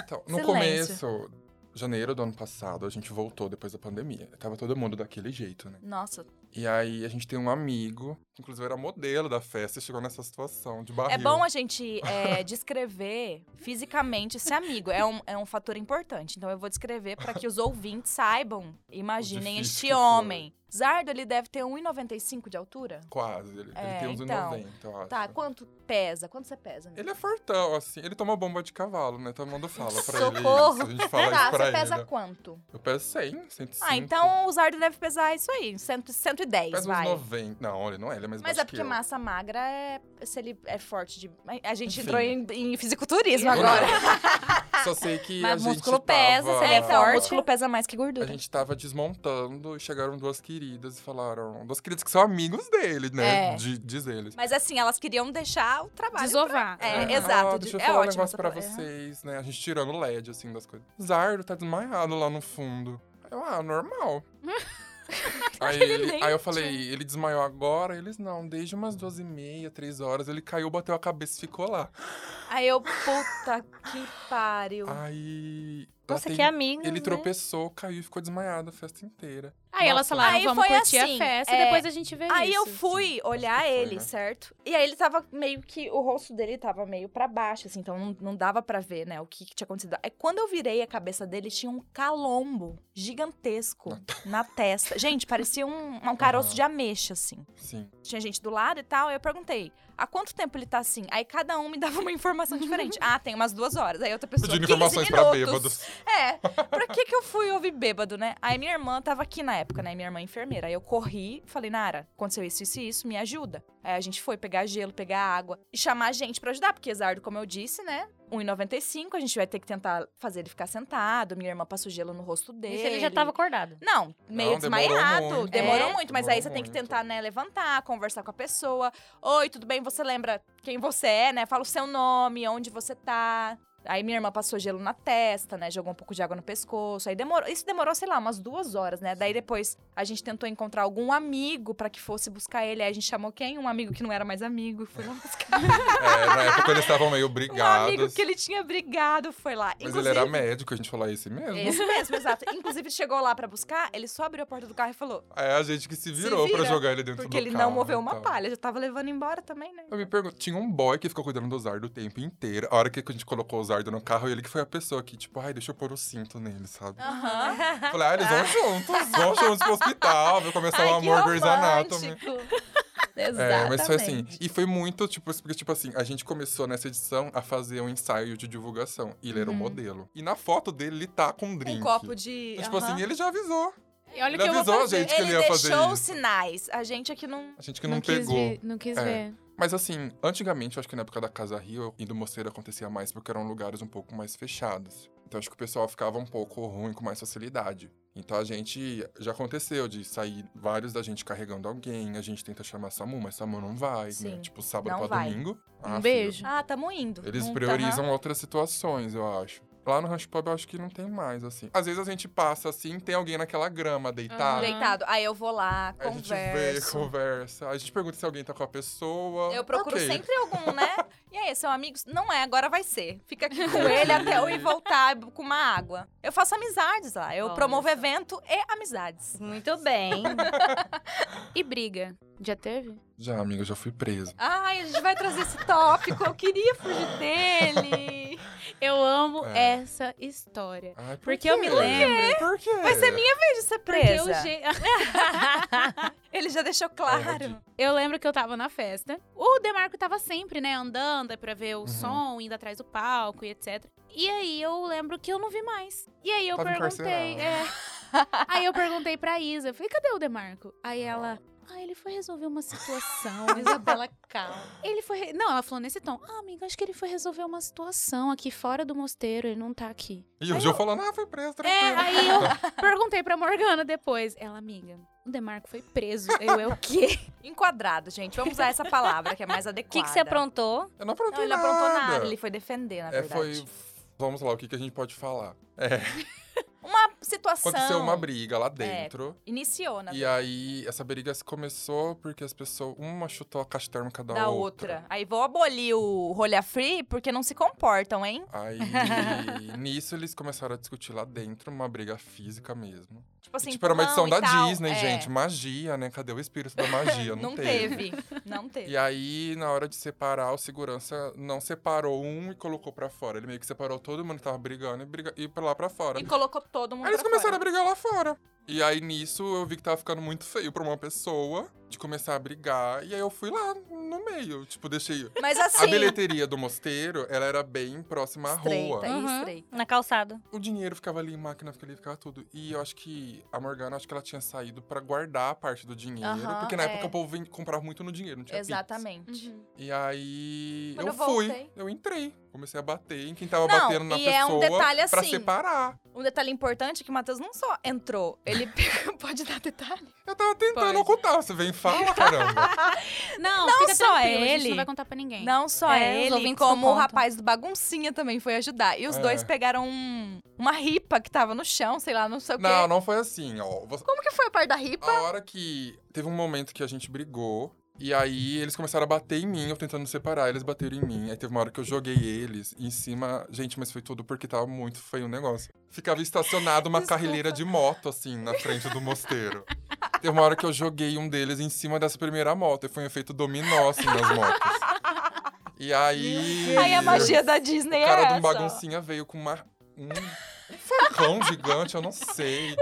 D: Então, no
E: Silêncio.
D: começo, janeiro do ano passado, a gente voltou depois da pandemia. Tava todo mundo daquele jeito, né?
E: Nossa,
D: E aí a gente tem um amigo, que inclusive era modelo da festa, e chegou nessa situação de barril.
E: é bom a gente é, descrever fisicamente esse amigo. É um, é um fator importante. Então eu vou descrever pra que os ouvintes saibam, imaginem
D: difícil
E: este
D: que foi.
E: homem. Zardo, ele deve ter 1,95 de altura?
D: Quase, ele, ele
E: É,
D: tem uns
E: então.
D: 90, eu acho.
E: Tá, quanto pesa? Quanto você pesa, amigo?
D: Ele é fortão, assim. Ele toma bomba de cavalo, né? Todo mundo fala pra
E: Socorro.
D: ele. isso, A gente fala
E: tá,
D: isso pra
E: você
D: ele. né.
E: pesa quanto?
D: Eu peso 100, 105.
E: Ah, então o Zardo deve pesar isso aí, cento- 110,
D: Pesa uns
E: vai.
D: 90. Não, ele não é, ele é mais
E: Mas
D: baixo
E: é porque
D: que eu.
E: massa magra é. Se ele é forte de. A gente
D: Enfim.
E: entrou em, em fisiculturismo
D: Ou
E: agora.
D: não. Só sei que
B: Mas
D: a gente
B: músculo
D: tava...
B: pesa, se ele
E: É,
B: é
E: então, o
B: forte.
E: músculo pesa mais que
D: A
E: gordura.
D: gente tava desmontando e chegaram duas queridas e falaram... Duas queridas que são amigos dele, né?
E: É.
D: De- diz eles.
E: Mas assim, elas queriam deixar o trabalho.
C: Desovar.
E: É,
D: Ah,
E: exato.
D: Deixa eu
E: é
D: falar um
E: ótimo
D: negócio
E: essa
D: pra
E: palavra.
D: vocês, né? A gente tirando o LED, assim, das coisas. Zardo tá desmaiado lá no fundo. Eu, ah, normal. aí, ele- aí eu falei, ele desmaiou agora? Eles, não, desde umas duas e meia, três horas. Ele caiu, bateu a cabeça e ficou lá.
E: Aí eu, puta que pariu.
D: Ah, Aí... ela
B: Nossa,
D: tem-
B: que é amigo.
E: né?
B: né?
D: Ele tropeçou, caiu e ficou desmaiado a festa inteira.
C: Aí elas
D: Nossa.
C: falaram,
E: Aí
C: vamos
E: foi
C: curtir
E: assim,
C: a festa,
E: é,
C: depois a gente vê
E: Aí
C: isso.
E: eu fui olhar
D: acho que foi,
E: ele,
D: né?
E: certo? E aí ele tava meio que. O rosto dele tava meio pra baixo, assim, então não, não dava pra ver, né, o que, que tinha acontecido. Aí quando eu virei a cabeça dele, tinha um calombo gigantesco na testa. Gente, parecia um, um caroço
D: Aham.
E: de ameixa, assim.
D: Sim.
E: Tinha gente do lado e tal. Aí eu perguntei, há quanto tempo ele tá assim? Aí cada um me dava uma informação diferente. ah, tem umas duas horas. Aí outra pessoa.
D: Pedindo
E: 15
D: informações
E: minutos.
D: pra bêbados.
E: É, pra que que eu fui ouvir bêbado, né? Aí minha irmã tava aqui na época, né? Minha irmã é enfermeira. Aí eu corri, falei, Nara, aconteceu isso, isso e isso, me ajuda. Aí a gente foi pegar gelo, pegar água e chamar a gente pra ajudar, porque Exardo, como eu disse, né? 1,95, a gente vai ter que tentar fazer ele ficar sentado. Minha irmã passou gelo no rosto dele.
B: Isso ele já tava acordado.
E: Não, meio
D: Não, demorou
E: desmaiado. Demorou,
D: muito.
E: muito.
D: É,
E: mas
D: demorou
E: aí você tem que
D: muito.
E: tentar, né, levantar, conversar com a pessoa. Oi, tudo bem? Você lembra quem você é, né? Fala o seu nome, onde você tá. Aí minha irmã passou gelo na testa, né? Jogou um pouco de água no pescoço. Aí demorou. Isso demorou, sei lá, umas duas horas, né? Daí depois a gente tentou encontrar algum amigo pra que fosse buscar ele. Aí a gente chamou quem? Um amigo que não era mais amigo. Foi lá buscar.
D: É, na época eles estavam meio
E: um
D: brigados.
E: amigo que ele tinha brigado foi lá.
D: Mas ele era médico, a gente falou "É esse mesmo.
E: Isso mesmo, exato. Inclusive, chegou lá pra buscar, ele só abriu a porta do carro e falou:
D: É a gente que se virou
E: vira,
D: pra jogar ele dentro do
E: Porque ele
D: carro então.
E: não moveu
D: e
E: uma
D: tal.
E: palha, já tava levando embora também, né?
D: Eu me pergunto, tinha um boy que ficou cuidando do Zardo o tempo inteiro. A hora que a gente colocou o Zardo no carro, ele que foi a pessoa que, tipo, ai, deixa eu pôr o cinto nele, sabe? Eu Falei, ah, eles vão juntos, vão juntos pro hospital, vai começar o é um amor né? Grey's Anatomy.
E: Um Exatamente.
D: É, mas foi assim. E foi muito, tipo, porque, tipo assim, a gente começou nessa edição a fazer um ensaio de divulgação. E ele era o modelo. E na foto dele, ele tá com um drink.
E: Um copo de.
D: Então, tipo
E: aham.
D: assim, ele já avisou.
C: E olha o
D: Ele
C: que eu vou
D: avisou a
C: fazer.
D: gente que ele
E: Ele
D: ia fazer
E: deixou
D: isso.
E: sinais. A gente aqui não.
D: A gente que não,
C: quis
D: pegou.
C: ver, não quis
D: É.
C: ver.
D: Mas assim, antigamente, eu acho que na época da Casa Rio e do Mosteiro acontecia mais porque eram lugares um pouco mais fechados. Então acho que o pessoal ficava um pouco ruim com mais facilidade. Então a gente já aconteceu de sair vários da gente carregando alguém, a gente tenta chamar Samu, mas Samu não vai, né?
E: Sim,
D: Tipo sábado
E: não
D: pra
E: vai.
D: domingo.
C: Um
D: filho,
C: beijo.
E: Ah, tamo indo.
D: eles
E: Junto,
D: priorizam
E: aham.
D: outras situações, eu acho. Lá no Ranch Pub eu acho que não tem mais assim. Às vezes a gente passa assim, tem alguém naquela grama deitado.
C: Aham.
E: Deitado. Aí eu vou lá,
D: Aí A gente vê,
E: converso.
D: conversa. A gente pergunta se alguém tá com a pessoa.
E: Eu procuro
D: Ok.
E: sempre algum, né? E aí, são amigos? Não é, agora vai ser. Fica aqui com ele até eu ir voltar com uma água. Eu faço amizades lá. Eu
B: Olha
E: promovo
B: só.
E: evento e amizades.
B: Muito bem.
C: E briga? Já teve?
D: Já, amiga, eu já fui preso.
E: Ai, a gente vai trazer esse tópico. Eu queria fugir dele.
C: Eu amo
D: É.
C: essa história.
D: Ai, por
C: Porque eu
D: quê?
C: me lembro.
D: Por quê?
E: Vai ser é minha vez de ser
C: Porque
E: presa.
C: o je-
E: Ele já deixou
D: Pode.
E: claro.
C: Eu lembro que eu tava na festa. O Demarco tava sempre, né, andando é pra ver o
D: Uhum.
C: som, indo atrás do palco e etc. E aí eu lembro que eu não vi mais. E aí eu
D: Tava
C: perguntei.
D: encarcerado.
C: é. aí eu perguntei pra Isa, eu falei, cadê o Demarco? Aí ela. Ah, ele foi resolver uma situação. Isabela, calma. Ele foi. re- Não, ela falou nesse tom. Ah, amiga, acho que ele foi resolver uma situação aqui fora do mosteiro, ele não tá aqui.
D: E o Gil falando, ah, foi preso, tranquilo.
C: É, aí eu perguntei pra Morgana depois. Ela, amiga, o Demarco foi preso. Eu, eu, o quê?
E: Enquadrado, gente. Vamos usar essa palavra que é mais
B: O
E: adequada.
B: que, que você aprontou?
D: Eu não aprontei
E: Não, ele
D: nada.
E: aprontou nada. Ele foi defender, na
D: É,
E: verdade.
D: foi... Vamos lá, o que, que a gente pode falar? É,
E: Uma situação.
D: aconteceu uma briga lá dentro.
E: Iniciou, É, na
D: E
E: verdade,
D: aí, essa briga começou porque as pessoas... Uma chutou a caixa térmica da,
E: da outra. Aí vou abolir o rolha free porque não se comportam, hein?
D: Aí, nisso, eles começaram a discutir lá dentro, uma briga física mesmo.
E: Tipo assim,
D: tipo, era uma
E: pão
D: edição
E: e
D: da
E: tal.
D: Disney,
E: É,
D: gente. Magia, né? Cadê o espírito da magia? Não,
E: Não teve. Não teve.
D: E aí, na hora de separar, o segurança não separou um e colocou pra fora. Ele meio que separou todo mundo que tava brigando e, briga... e pra lá pra fora.
E: E colocou todo mundo.
D: Aí eles
E: pra
D: começaram
E: fora.
D: a brigar lá fora. E aí, nisso, eu vi que tava ficando muito feio pra uma pessoa. de começar a brigar. E aí eu fui lá no meio. Tipo, deixei.
E: Mas
D: A
E: assim,
D: bilheteria do mosteiro, ela era bem próxima à rua.
E: estreita, e
B: Uhum.
E: estreita.
B: Na calçada.
D: O dinheiro ficava ali, máquina ficava ali, ficava tudo. E eu acho que a Morgana, acho que ela tinha saído pra guardar a parte do dinheiro.
E: Aham,
D: porque na
E: é.
D: época o povo vem- comprava muito no dinheiro, não tinha Pix.
E: Exatamente.
D: E aí
E: Quando
D: eu
E: eu
D: fui,
E: voltei.
D: eu entrei. Comecei a bater em quem tava
E: Não,
D: batendo na
E: e
D: pessoa
E: é um detalhe
D: pra
E: assim.
D: separar.
E: Um detalhe importante é que o Matheus não só entrou, ele pegou- pode dar detalhe.
D: Eu tava tentando
E: Pode.
D: ocultar. Você vem e fala, caramba.
C: Não,
E: Não
C: fica
E: só
C: tranquilo, a gente
E: ele.
C: não vai contar pra ninguém.
E: Não só
B: É, os
E: ele,
B: ouvintes não
E: como o
B: contam.
E: rapaz do baguncinha também foi ajudar. E os
D: É.
E: dois pegaram um- uma ripa que tava no chão, sei lá, não sei o quê.
D: não, não foi assim, ó. Você-
E: Como que foi a parte da ripa?
D: A hora que teve um momento que a gente brigou. E aí eles começaram a bater em mim, eu tentando separar, eles bateram em mim. Aí teve uma hora que eu joguei eles em cima. Gente, mas foi tudo porque tava muito feio o negócio. Ficava estacionado uma
E: Desculpa.
D: carrilheira de moto, assim, na frente do mosteiro. teve uma hora que eu joguei um deles em cima dessa primeira moto. E foi um efeito dominó, assim, nas motos. E aí.
E: Aí
C: é
E: a magia da Disney
D: O cara
E: é
D: de
E: essa.
D: um baguncinha veio com uma, um facão gigante, eu não sei.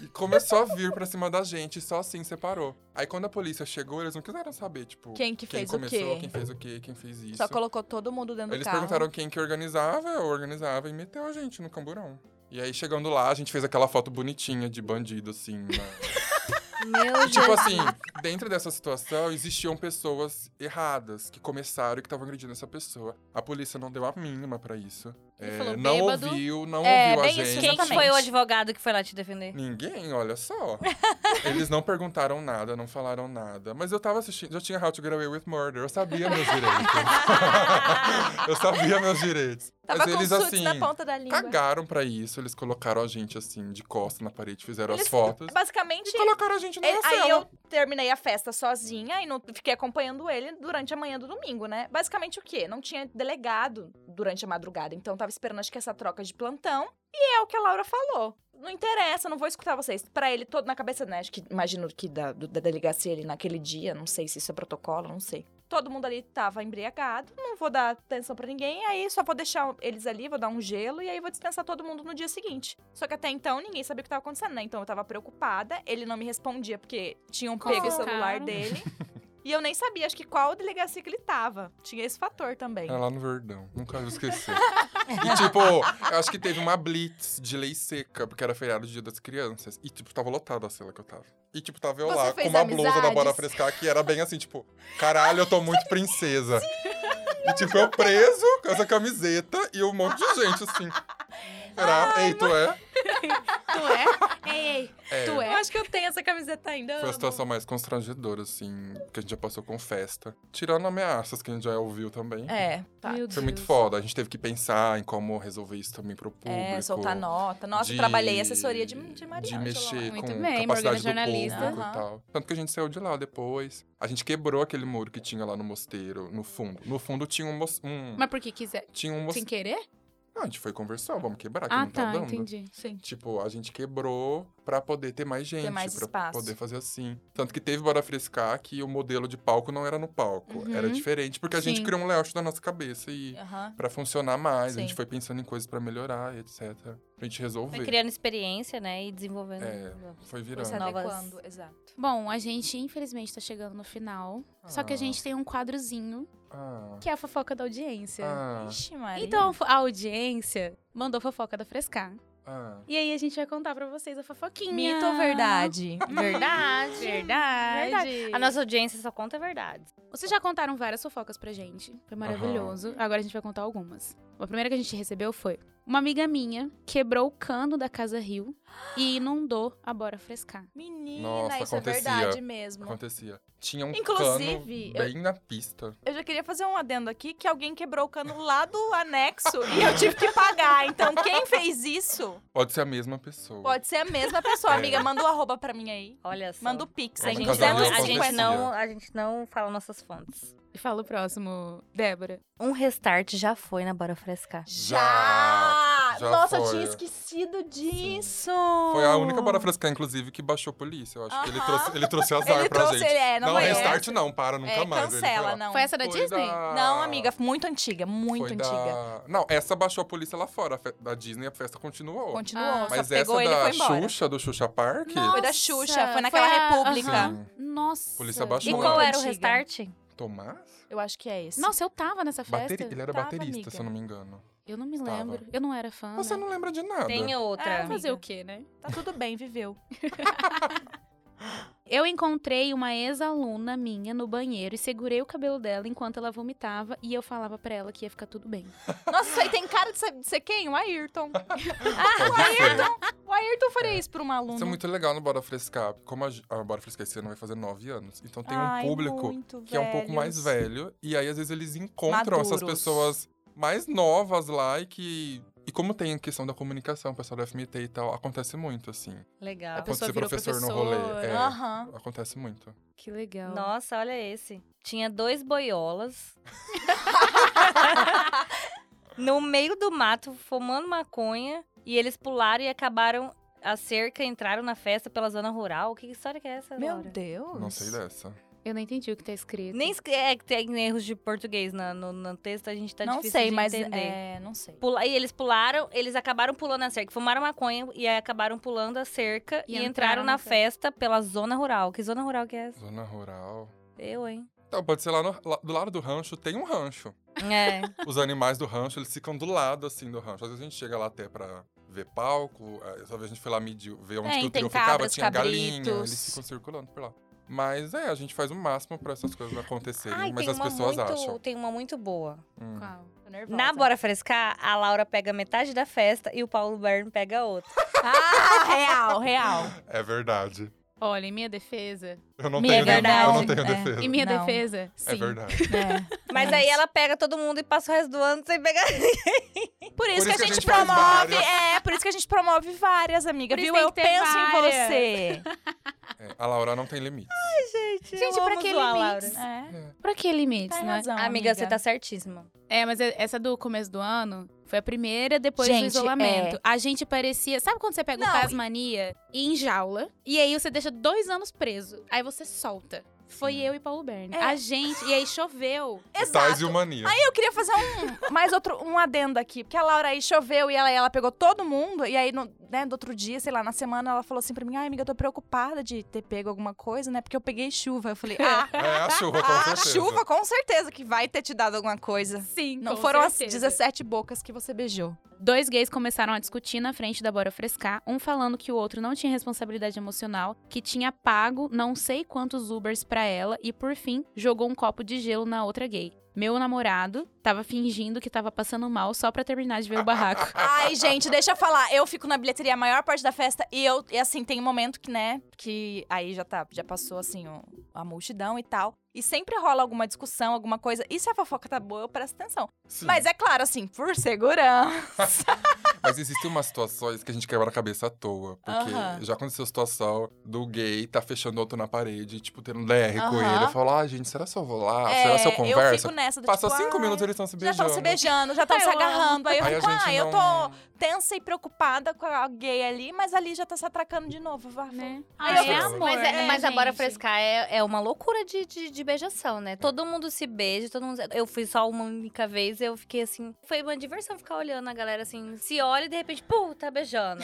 D: E começou a vir pra cima da gente, e só assim separou. Aí quando a polícia chegou, eles não quiseram saber, tipo,
E: Quem que fez o
D: começou,
E: quê?
D: quem fez o quê, quem fez isso.
E: Só colocou todo mundo dentro do
D: eles
E: carro.
D: perguntaram quem que organizava, eu organizava e meteu a gente no camburão. E aí, chegando lá, a gente fez aquela foto bonitinha de bandido, assim. na-
B: Meu
D: E, tipo assim, dentro dessa situação, existiam pessoas erradas que começaram e que estavam agredindo essa pessoa. A polícia não deu a mínima pra isso. É,
C: falou,
D: não
C: "Bêbado".
D: ouviu, não
E: É,
D: ouviu a
E: bem isso,
D: gente.
B: Quem que
E: Exatamente.
B: foi o advogado que foi lá te defender?
D: Ninguém, olha só. Eles não perguntaram nada, não falaram nada. Mas eu tava assistindo, já tinha How to Get Away with Murder, eu sabia meus direitos. eu sabia meus direitos.
E: Tava
D: Mas
E: com
D: eles
E: suits
D: assim,
E: na ponta da língua.
D: cagaram pra isso, eles colocaram a gente assim, de costa na parede, fizeram as
E: Eles-
D: fotos.
E: É Basicamente,
D: E colocaram né? a gente na
E: ele- aí
D: cela.
E: eu terminei a festa sozinha e não fiquei acompanhando ele durante a manhã do domingo, né? Basicamente o quê? Não tinha delegado durante a madrugada, então tava esperando acho que essa troca de plantão. E é o que a Laura falou. Não interessa, não vou escutar vocês. Pra ele todo na cabeça, né? Acho que imagino que da, do- da delegacia ele naquele dia, não sei se isso é protocolo, não sei. Todo mundo ali tava embriagado, não vou dar atenção pra ninguém, aí só vou deixar eles ali, vou dar um gelo e aí vou dispensar todo mundo no dia seguinte. Só que até então ninguém sabia o que tava acontecendo, né? Então eu tava preocupada, ele não me respondia porque tinham pego o
C: Confiscaram.
E: celular dele. e eu nem sabia, acho que qual delegacia que ele tava. Tinha esse fator também.
D: Era É lá no Verdão, nunca vou esquecer. e tipo, eu acho que teve uma blitz de lei seca, porque era feriado do Dia das Crianças. E tipo, tava lotada a cela que eu tava. E tipo, tava eu
E: Você
D: lá
E: fez
D: com uma blusa da Bora
E: amizades?
D: Frescar que era bem assim, tipo, caralho, eu tô muito princesa. e tipo, eu preso com essa camiseta e um monte de gente assim. Era, ei, tu é?
C: Tu é? Ei, ei.
D: É.
C: Tu é?
E: Eu acho que eu tenho essa camiseta ainda.
D: Foi a
E: amo.
D: situação mais constrangedora, assim, que a gente já passou com festa. Tirando ameaças que a gente já ouviu também.
E: É, tá.
C: Meu
D: Foi muito
C: Deus.
D: foda. A gente teve que pensar em como resolver isso também pro público.
E: É, soltar nota. Nossa, eu trabalhei assessoria de, de Maria
D: De
E: Ângela.
D: mexer
C: Muito bem,
D: com
C: Morgana
D: capacidade do
C: jornalista.
D: público
E: Aham.
D: e tal. Tanto que a gente saiu de lá depois. A gente quebrou aquele muro que tinha lá no mosteiro, no fundo. No fundo tinha um... mos- um-
C: Mas por que quiser?
D: Tinha um
C: Sem
D: mosteiro...
C: querer?
D: Não, a gente foi conversar, vamos quebrar, que
C: ah,
D: não tá,
C: tá,
D: dando.
C: entendi. Sim.
D: Tipo, a gente quebrou pra poder ter mais gente,
E: mais
D: pra
E: espaço.
D: poder fazer assim. Tanto que teve Bora Frescar que o modelo de palco não era no palco,
C: Uhum.
D: era diferente, porque a gente
C: Sim.
D: criou um layout da nossa cabeça e
E: Aham.
D: Pra funcionar mais. A
E: Sim.
D: gente foi pensando em coisas pra melhorar, etc. Pra gente resolver.
B: Foi criando experiência, né? E desenvolvendo.
D: É. Foi
E: Foi
D: virando.
E: se
B: Novas-
E: adequando, exato.
C: Bom, a gente infelizmente tá chegando no final. Só que a
D: Ah,
C: gente tem um quadrozinho,
D: Ah,
C: que é a fofoca da audiência.
D: ah,
E: Ixi, Maria.
C: Então a audiência mandou fofoca da Frescar.
D: ah.
C: E aí a gente vai contar pra vocês a fofoquinha.
E: mito ou verdade?
B: Verdade.
C: Verdade.
B: A nossa audiência só conta a verdade.
C: Vocês já contaram várias fofocas pra gente. Foi maravilhoso. Agora a gente vai contar algumas. A primeira que a gente recebeu foi: Uma amiga minha quebrou o cano da Casa Rio e inundou a Bora Frescar.
E: Menina,
D: Nossa,
E: isso
D: acontecia.
E: é verdade mesmo.
D: Acontecia. Tinha um
E: Inclusive,
D: cano bem na pista.
E: Eu já queria fazer um adendo aqui que alguém quebrou o cano lá do anexo e eu tive que pagar. Então, quem fez isso
D: Pode ser a mesma pessoa.
E: pode ser a mesma pessoa.
D: É.
E: Amiga, manda o arroba pra mim aí.
B: Olha só.
E: Manda o pix
B: a
E: aí.
D: Mas
B: gente,
D: caso
B: não,
D: eu
B: a,
E: 250.
B: gente
D: acontecia.
B: não, a gente não fala nossas fontes.
C: E fala o próximo, Débora.
B: Um restart já foi na Bora Frescar.
E: Já!
D: Já Já
E: Nossa, eu
D: foi.
E: tinha esquecido disso!
D: Foi a única Bora Frescar, inclusive, que baixou polícia. Eu acho que ele
E: Aham.
D: trouxe, ele trouxe azar
E: Ele
D: pra
E: trouxe,
D: gente.
E: ele é, não,
D: não,
E: é.
D: restart não, para, nunca
E: É,
D: mais. Ele foi
E: cancela,
D: lá.
E: não.
C: Foi essa da
D: Foi
C: Disney?
D: da-
E: Não, amiga, muito antiga, muito
D: Foi
E: antiga.
D: Da... Não, essa baixou a polícia lá fora. a fe- Da Disney, a festa continuou.
E: Continuou,
C: Ah.
E: só
D: Mas
E: pegou
D: essa
E: ele e
D: da
E: foi embora.
D: Xuxa, do Xuxa Park,
E: Foi da Xuxa, foi naquela República.
D: Sim.
C: Nossa.
D: Polícia baixou
B: E
D: Bom,
B: qual
D: é
B: era o
E: antiga.
B: restart?
D: Tomás?
E: Eu acho que é esse.
C: Nossa, eu tava nessa festa.
D: Bateri... Ele era
E: Tava,
D: baterista,
E: amiga.
D: se eu não me engano.
C: Eu não me
D: Tava.
C: lembro. Eu não era fã.
D: Você
C: né?
D: não lembra de nada.
B: Tem outra.
C: Ah, fazer o quê, né?
E: tá tudo bem, viveu.
C: Eu encontrei uma ex-aluna minha no banheiro e segurei o cabelo dela enquanto ela vomitava e eu falava pra ela que ia ficar tudo bem.
E: Nossa, isso aí tem cara de ser, de ser quem? O Ayrton.
D: Pode ser.
E: O Ayrton faria isso pra um uma aluna.
D: Isso é muito legal no Bora Frescar. Como a, Gi- a Bora Frescar esse ano vai fazer nove anos. Então tem um
E: Ai,
D: público
E: muito
D: que é um pouco mais
E: velhos.
D: velho. E aí, às vezes, eles encontram essas
E: Maduros.
D: pessoas mais novas lá e que. E como tem a questão da comunicação, o pessoal da FMT e tal, acontece muito, assim.
B: Legal.
C: A pessoa
D: Acontecer
C: virou
D: professor no
C: professora.
D: rolê. É,
E: Aham.
D: Acontece muito.
C: Que
E: um.
C: legal.
B: Nossa, olha esse. Tinha dois boiolas. no meio do mato, fumando maconha. E eles pularam e acabaram a cerca, entraram na festa pela zona rural. Que história que é essa,
E: Meu
B: Laura?
E: Deus.
D: Não sei dessa.
C: Eu não entendi o que tá escrito.
B: Nem escre- é que tem erros de português na- no, no texto, a gente tá
E: não
B: difícil
E: sei,
B: de
E: mas
B: entender.
E: é, não sei.
B: Pula- e eles pularam, eles acabaram pulando a cerca, fumaram maconha e aí acabaram pulando a cerca
C: E
B: e,
C: entraram
B: entraram
C: na
B: na festa pela zona rural. Que zona rural que é essa?
D: Zona rural.
B: Eu, hein?
D: Então, pode ser lá, no- lá- do lado do rancho, tem um rancho.
B: É.
D: Os animais do rancho, eles ficam do lado, assim, do rancho. Às vezes a gente chega lá até pra ver palco. é, Essa vez a gente foi lá medir, ver onde
E: Tem,
D: que o
E: tem
D: trio ficava.
E: cabras,
D: Tinha galinha,
E: É, cabritos.
D: eles ficam circulando por lá. Mas é, a gente faz o máximo pra essas coisas acontecerem.
B: Ai,
D: mas
B: tem
D: as
B: uma
D: pessoas
B: muito,
D: acham.
B: tem uma muito boa.
D: Hum.
C: Qual?
E: Tô nervosa.
B: Na Bora Frescar, a Laura pega metade da festa e o Paulo Bern pega a outra.
E: Ah, real, real.
D: É verdade.
C: Olha, em minha defesa.
D: Eu não
E: Minha
D: tenho, nem- eu não
E: verdade,
D: tenho
E: é.
D: defesa.
C: Em minha
E: Não.
C: defesa, sim.
D: É verdade.
B: Mas aí ela pega todo mundo e passa o resto do ano sem pegar.
E: Por isso,
D: Por
E: que, a gente,
D: faz
E: promove,
D: várias.
E: é, por isso que a gente promove várias, amiga,
C: Por isso
E: viu?
C: tem
E: Eu
C: que ter
E: penso
C: várias.
E: em você.
D: É, a Laura não tem limites.
B: Gente,
C: Gente, pra que limites?
E: É.
C: Pra que limites, né?
B: Amiga,
E: amiga,
B: você tá certíssima.
C: É, mas é- essa do começo do ano foi a primeira depois do
E: Gente, é.
C: isolamento. A gente parecia. Sabe quando você pega
E: Não,
C: o
E: e-
C: Tasmania e enjaula? E aí você deixa dois anos preso. Aí você solta. Foi eu e Paulo Berne.
E: É.
C: A gente. E aí choveu.
D: Tais e
E: Exato.
D: humania.
E: Eu queria fazer um mais outro um adendo aqui, porque a Laura aí choveu e ela, ela pegou todo mundo e aí no, né, do outro dia, sei lá, na semana ela falou assim pra mim: "Ai, amiga, eu tô preocupada de ter pego alguma coisa, né? Porque eu peguei chuva". Eu falei: "Ah,
D: É a chuva, com
E: a
D: certeza.
E: chuva com certeza que vai ter te dado alguma coisa".
C: Sim,
E: Não
C: com
E: foram as
C: certeza.
E: 17 bocas que você beijou.
C: Dois gays começaram a discutir na frente da Bora Frescar, um falando que o outro não tinha responsabilidade emocional, que tinha pago não sei quantos Ubers pra ela e, por fim, jogou um copo de gelo na outra gay. Meu namorado tava fingindo que tava passando mal só pra terminar de ver o barraco.
E: Ai, gente, deixa eu falar. Eu fico na bilheteria a maior parte da festa e eu, e assim, tem um momento que, né, que aí já tá, já passou assim o- a multidão e tal. E sempre rola alguma discussão, alguma coisa. E se a fofoca tá boa, eu presto atenção.
D: Sim.
E: Mas é claro, assim, por segurança.
D: Mas existem umas situações que a gente quebra a cabeça à toa. Porque
E: Aham.
D: já aconteceu a situação do gay tá fechando outro na parede, tipo, tendo um DR com
E: Aham.
D: ele. Eu falo, ah, gente, será se eu vou lá?
E: é,
D: será se eu
E: Eu
D: converso?
E: fico nessa do
D: Passa
E: tipo,
D: cinco
E: ai,
D: minutos, eles estão se
E: Já
D: beijando.
E: estão se beijando, já estão
C: Ai,
E: se
C: eu amo.
E: agarrando. Aí eu
D: Aí a
E: fico,
D: gente
E: ah, eu
D: não-
E: tô tensa e preocupada com a gay ali, mas ali já tá se atracando de novo. Vá,
C: né?
E: Ah,
D: é amor,
B: Mas, é,
E: né,
B: mas a Bora
C: gente?
B: Frescar é, é uma loucura de, de, de beijação, né? Todo mundo se beija, todo mundo. Eu fui só uma única vez e eu fiquei assim. Foi uma diversão ficar olhando a galera assim. Se olha e de repente, pum, tá beijando.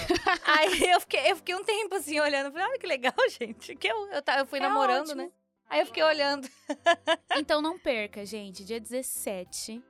B: Aí eu fiquei, eu fiquei um tempo assim olhando. Falei, olha que legal, gente. Que eu, eu, tá- eu fui
E: É
B: namorando,
E: ótimo.
B: né? Aí eu fiquei olhando.
C: Então não perca, gente. Dia 17,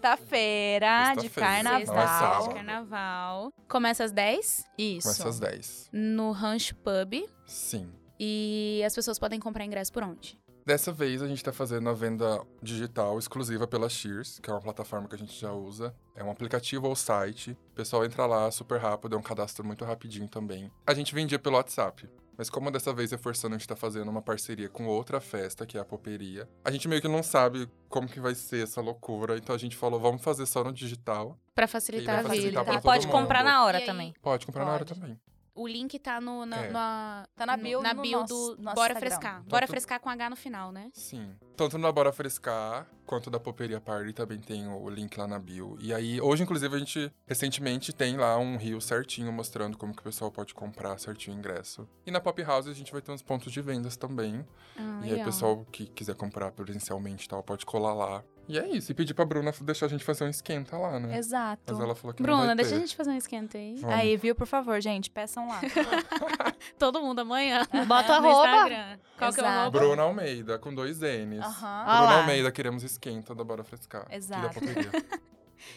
C: Tá
E: Sexta-feira de
D: Sexta-feira.
E: carnaval.
D: Não é
C: sexta-feira Tá de
D: sábado.
C: carnaval. Começa às 10
E: Isso.
D: Começa às 10.
C: no Ranch Pub.
D: Sim.
C: E as pessoas podem comprar ingresso por onde?
D: Dessa vez a gente tá fazendo a venda digital exclusiva pela Shears, que é uma plataforma que a gente já usa. É um aplicativo ou site. O pessoal entra lá super rápido, é um cadastro muito rapidinho também. A gente vendia pelo WhatsApp. Mas como dessa vez reforçando, a gente tá fazendo uma parceria com outra festa, que é a Poperia. A gente meio que não sabe como que vai ser essa loucura, então a gente falou, vamos fazer só no digital.
C: Pra
D: E
C: facilitar
D: vai
C: a
D: facilitar
C: vida. tá?
D: pra
B: E
D: todo
B: pode
D: mundo.
B: comprar na
C: E
B: hora
C: aí?
B: também.
D: Pode comprar na hora
E: Pode.
D: também.
C: O link tá no, na,
D: É. Então
C: na-
E: Tá na
C: no-
E: bio,
C: na
E: no
C: bio
E: nosso-
C: do
E: nosso
C: Bora
E: Instagram.
C: Frescar. Bora
D: tu-
C: Frescar com H no final, né?
D: Sim. Tanto na Bora Frescar quanto da Poperia Party também tem o link lá na bio. E aí, hoje, inclusive, a gente recentemente tem lá um rio certinho mostrando como que o pessoal pode comprar certinho o ingresso. E na Pop House a gente vai ter uns pontos de vendas também.
C: Ah,
D: e aí, o pessoal que quiser comprar presencialmente e tal, pode colar lá. E é isso. E pedir pra Bruna deixar a gente fazer um esquenta lá, né?
E: Exato.
D: Mas ela falou que não
C: Bruna,
D: vai
C: deixa
D: ter.
C: a gente fazer um esquenta aí.
D: Vamos.
E: Aí, viu? Por favor, gente, peçam lá.
C: Todo mundo amanhã.
B: Bota
C: no
B: arroba.
C: Instagram. Qual que é o
E: Exato.
C: arroba?
D: Bruna Almeida, com dois N's.
E: Aham.
B: Ah
D: Bruna
B: lá.
D: Almeida, queremos esquenta da Bora Frescar. e da
E: Exato.
D: Poperia.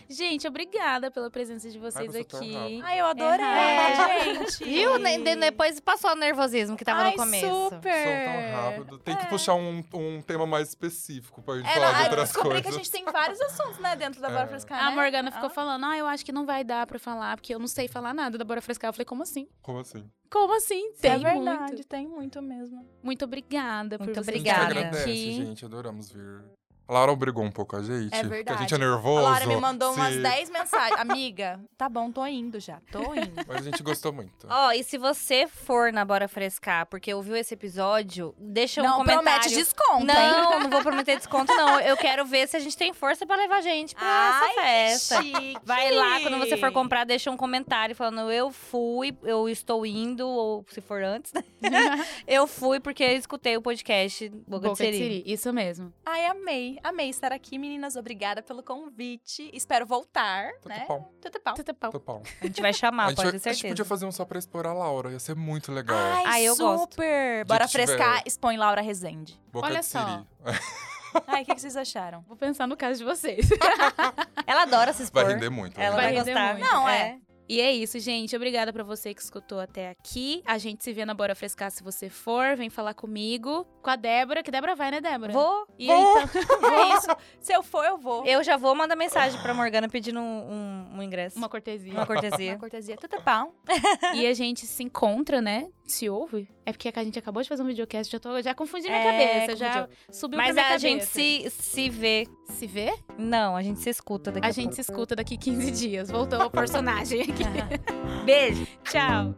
C: Gente, obrigada pela presença de vocês
D: você tá
C: aqui.
D: rápido.
E: Ai, eu adorei,
B: É.
E: gente.
B: Viu? Ne- de- Depois passou o nervosismo que tava
E: Ai,
B: no começo.
D: São
E: É.
D: tão rápido. Tem que puxar um, um tema mais específico pra gente
E: É,
D: falar
E: não,
D: de
E: eu
D: outras
E: descobri
D: coisas.
E: que a gente tem vários assuntos, né, dentro da Bora
D: É.
E: Frescar,
C: A
E: né?
C: Morgana ficou
E: Ah.
C: falando, ah, eu acho que não vai dar pra falar, porque eu não sei falar nada da Bora Frescar. Eu falei, como assim?
D: Como assim?
C: Como assim? Tem
E: É verdade,
C: muito.
E: tem muito mesmo.
C: Muito obrigada por
B: Muito
C: vocês
D: A gente
B: Obrigada.
C: estarem
D: agradece,
C: aqui.
D: gente. Adoramos vir. A Laura obrigou um pouco a gente.
E: É
D: Porque a
E: verdade.
D: gente é nervoso.
E: A Laura me mandou
D: se-
E: umas 10 mensagens. Amiga, tá bom, tô indo já. Tô indo.
D: Mas a gente gostou muito.
B: Ó, e se você for na Bora Frescar, porque ouviu esse episódio, deixa um
E: não
B: comentário.
E: promete desconto, hein?
B: Não, não vou prometer desconto, não. Eu quero ver se a gente tem força pra levar gente pra
E: Ai,
B: Ah, essa festa.
E: Chique.
B: Vai lá, quando você for comprar, deixa um comentário falando eu fui, eu estou indo, ou se for antes, né? eu fui porque eu escutei o podcast Boca, de
C: Boca de
B: Siri.
C: Siri, Isso mesmo.
E: Ai, amei. Amei estar aqui, meninas. Obrigada pelo convite. Espero voltar,
D: Tudo
E: né?
D: Tá,
E: Ah,
D: bom.
E: Tudo bom.
C: Tudo bom.
D: Tô pau.
B: A gente vai chamar,
D: a, gente,
B: pode ter
D: vai- a gente podia
B: certeza.
D: fazer um só pra explorar a Laura. Ia ser muito legal.
E: Ai,
B: Ai, eu gosto.
E: super.
D: Dia
E: Bora
D: que tiver.
E: frescar, expõe Laura Rezende.
D: Boca
C: olha
D: de
C: só.
D: Siri.
E: Ai, o que, que vocês acharam?
C: Vou pensar no caso de vocês.
B: Ela adora se expor.
D: Vai render muito.
B: Ela
D: né?
B: vai,
C: Vai render
B: gostar.
C: muito.
E: Não, é.
C: E é isso, gente. Obrigada pra você que escutou até aqui. A gente se vê na Bora Frescar se você for. Vem falar comigo. Com a Débora, que Débora vai, né, Débora?
B: Vou.
C: E
B: vou.
C: aí, tá-
E: É isso. Se eu for, eu vou.
B: Eu já vou mandar mensagem pra Morgana pedindo um, um- um ingresso.
C: uma
B: Uma,
C: cortesia.
E: é Uma
B: cortesia.
E: cortesia, tudo bom?
C: e a gente se encontra, né? Se ouve. É porque a gente acabou de fazer um videocast, já, tô, já confundi minha
B: É,
C: cabeça. Já subiu pra
B: Mas
C: minha
B: a
C: cabeça.
B: gente se, se vê.
C: se vê?
B: Não, a gente se escuta daqui
C: A
B: a
C: gente
B: pouco.
C: se escuta daqui 15 dias. Voltou o personagem aqui.
B: Beijo.
C: Tchau.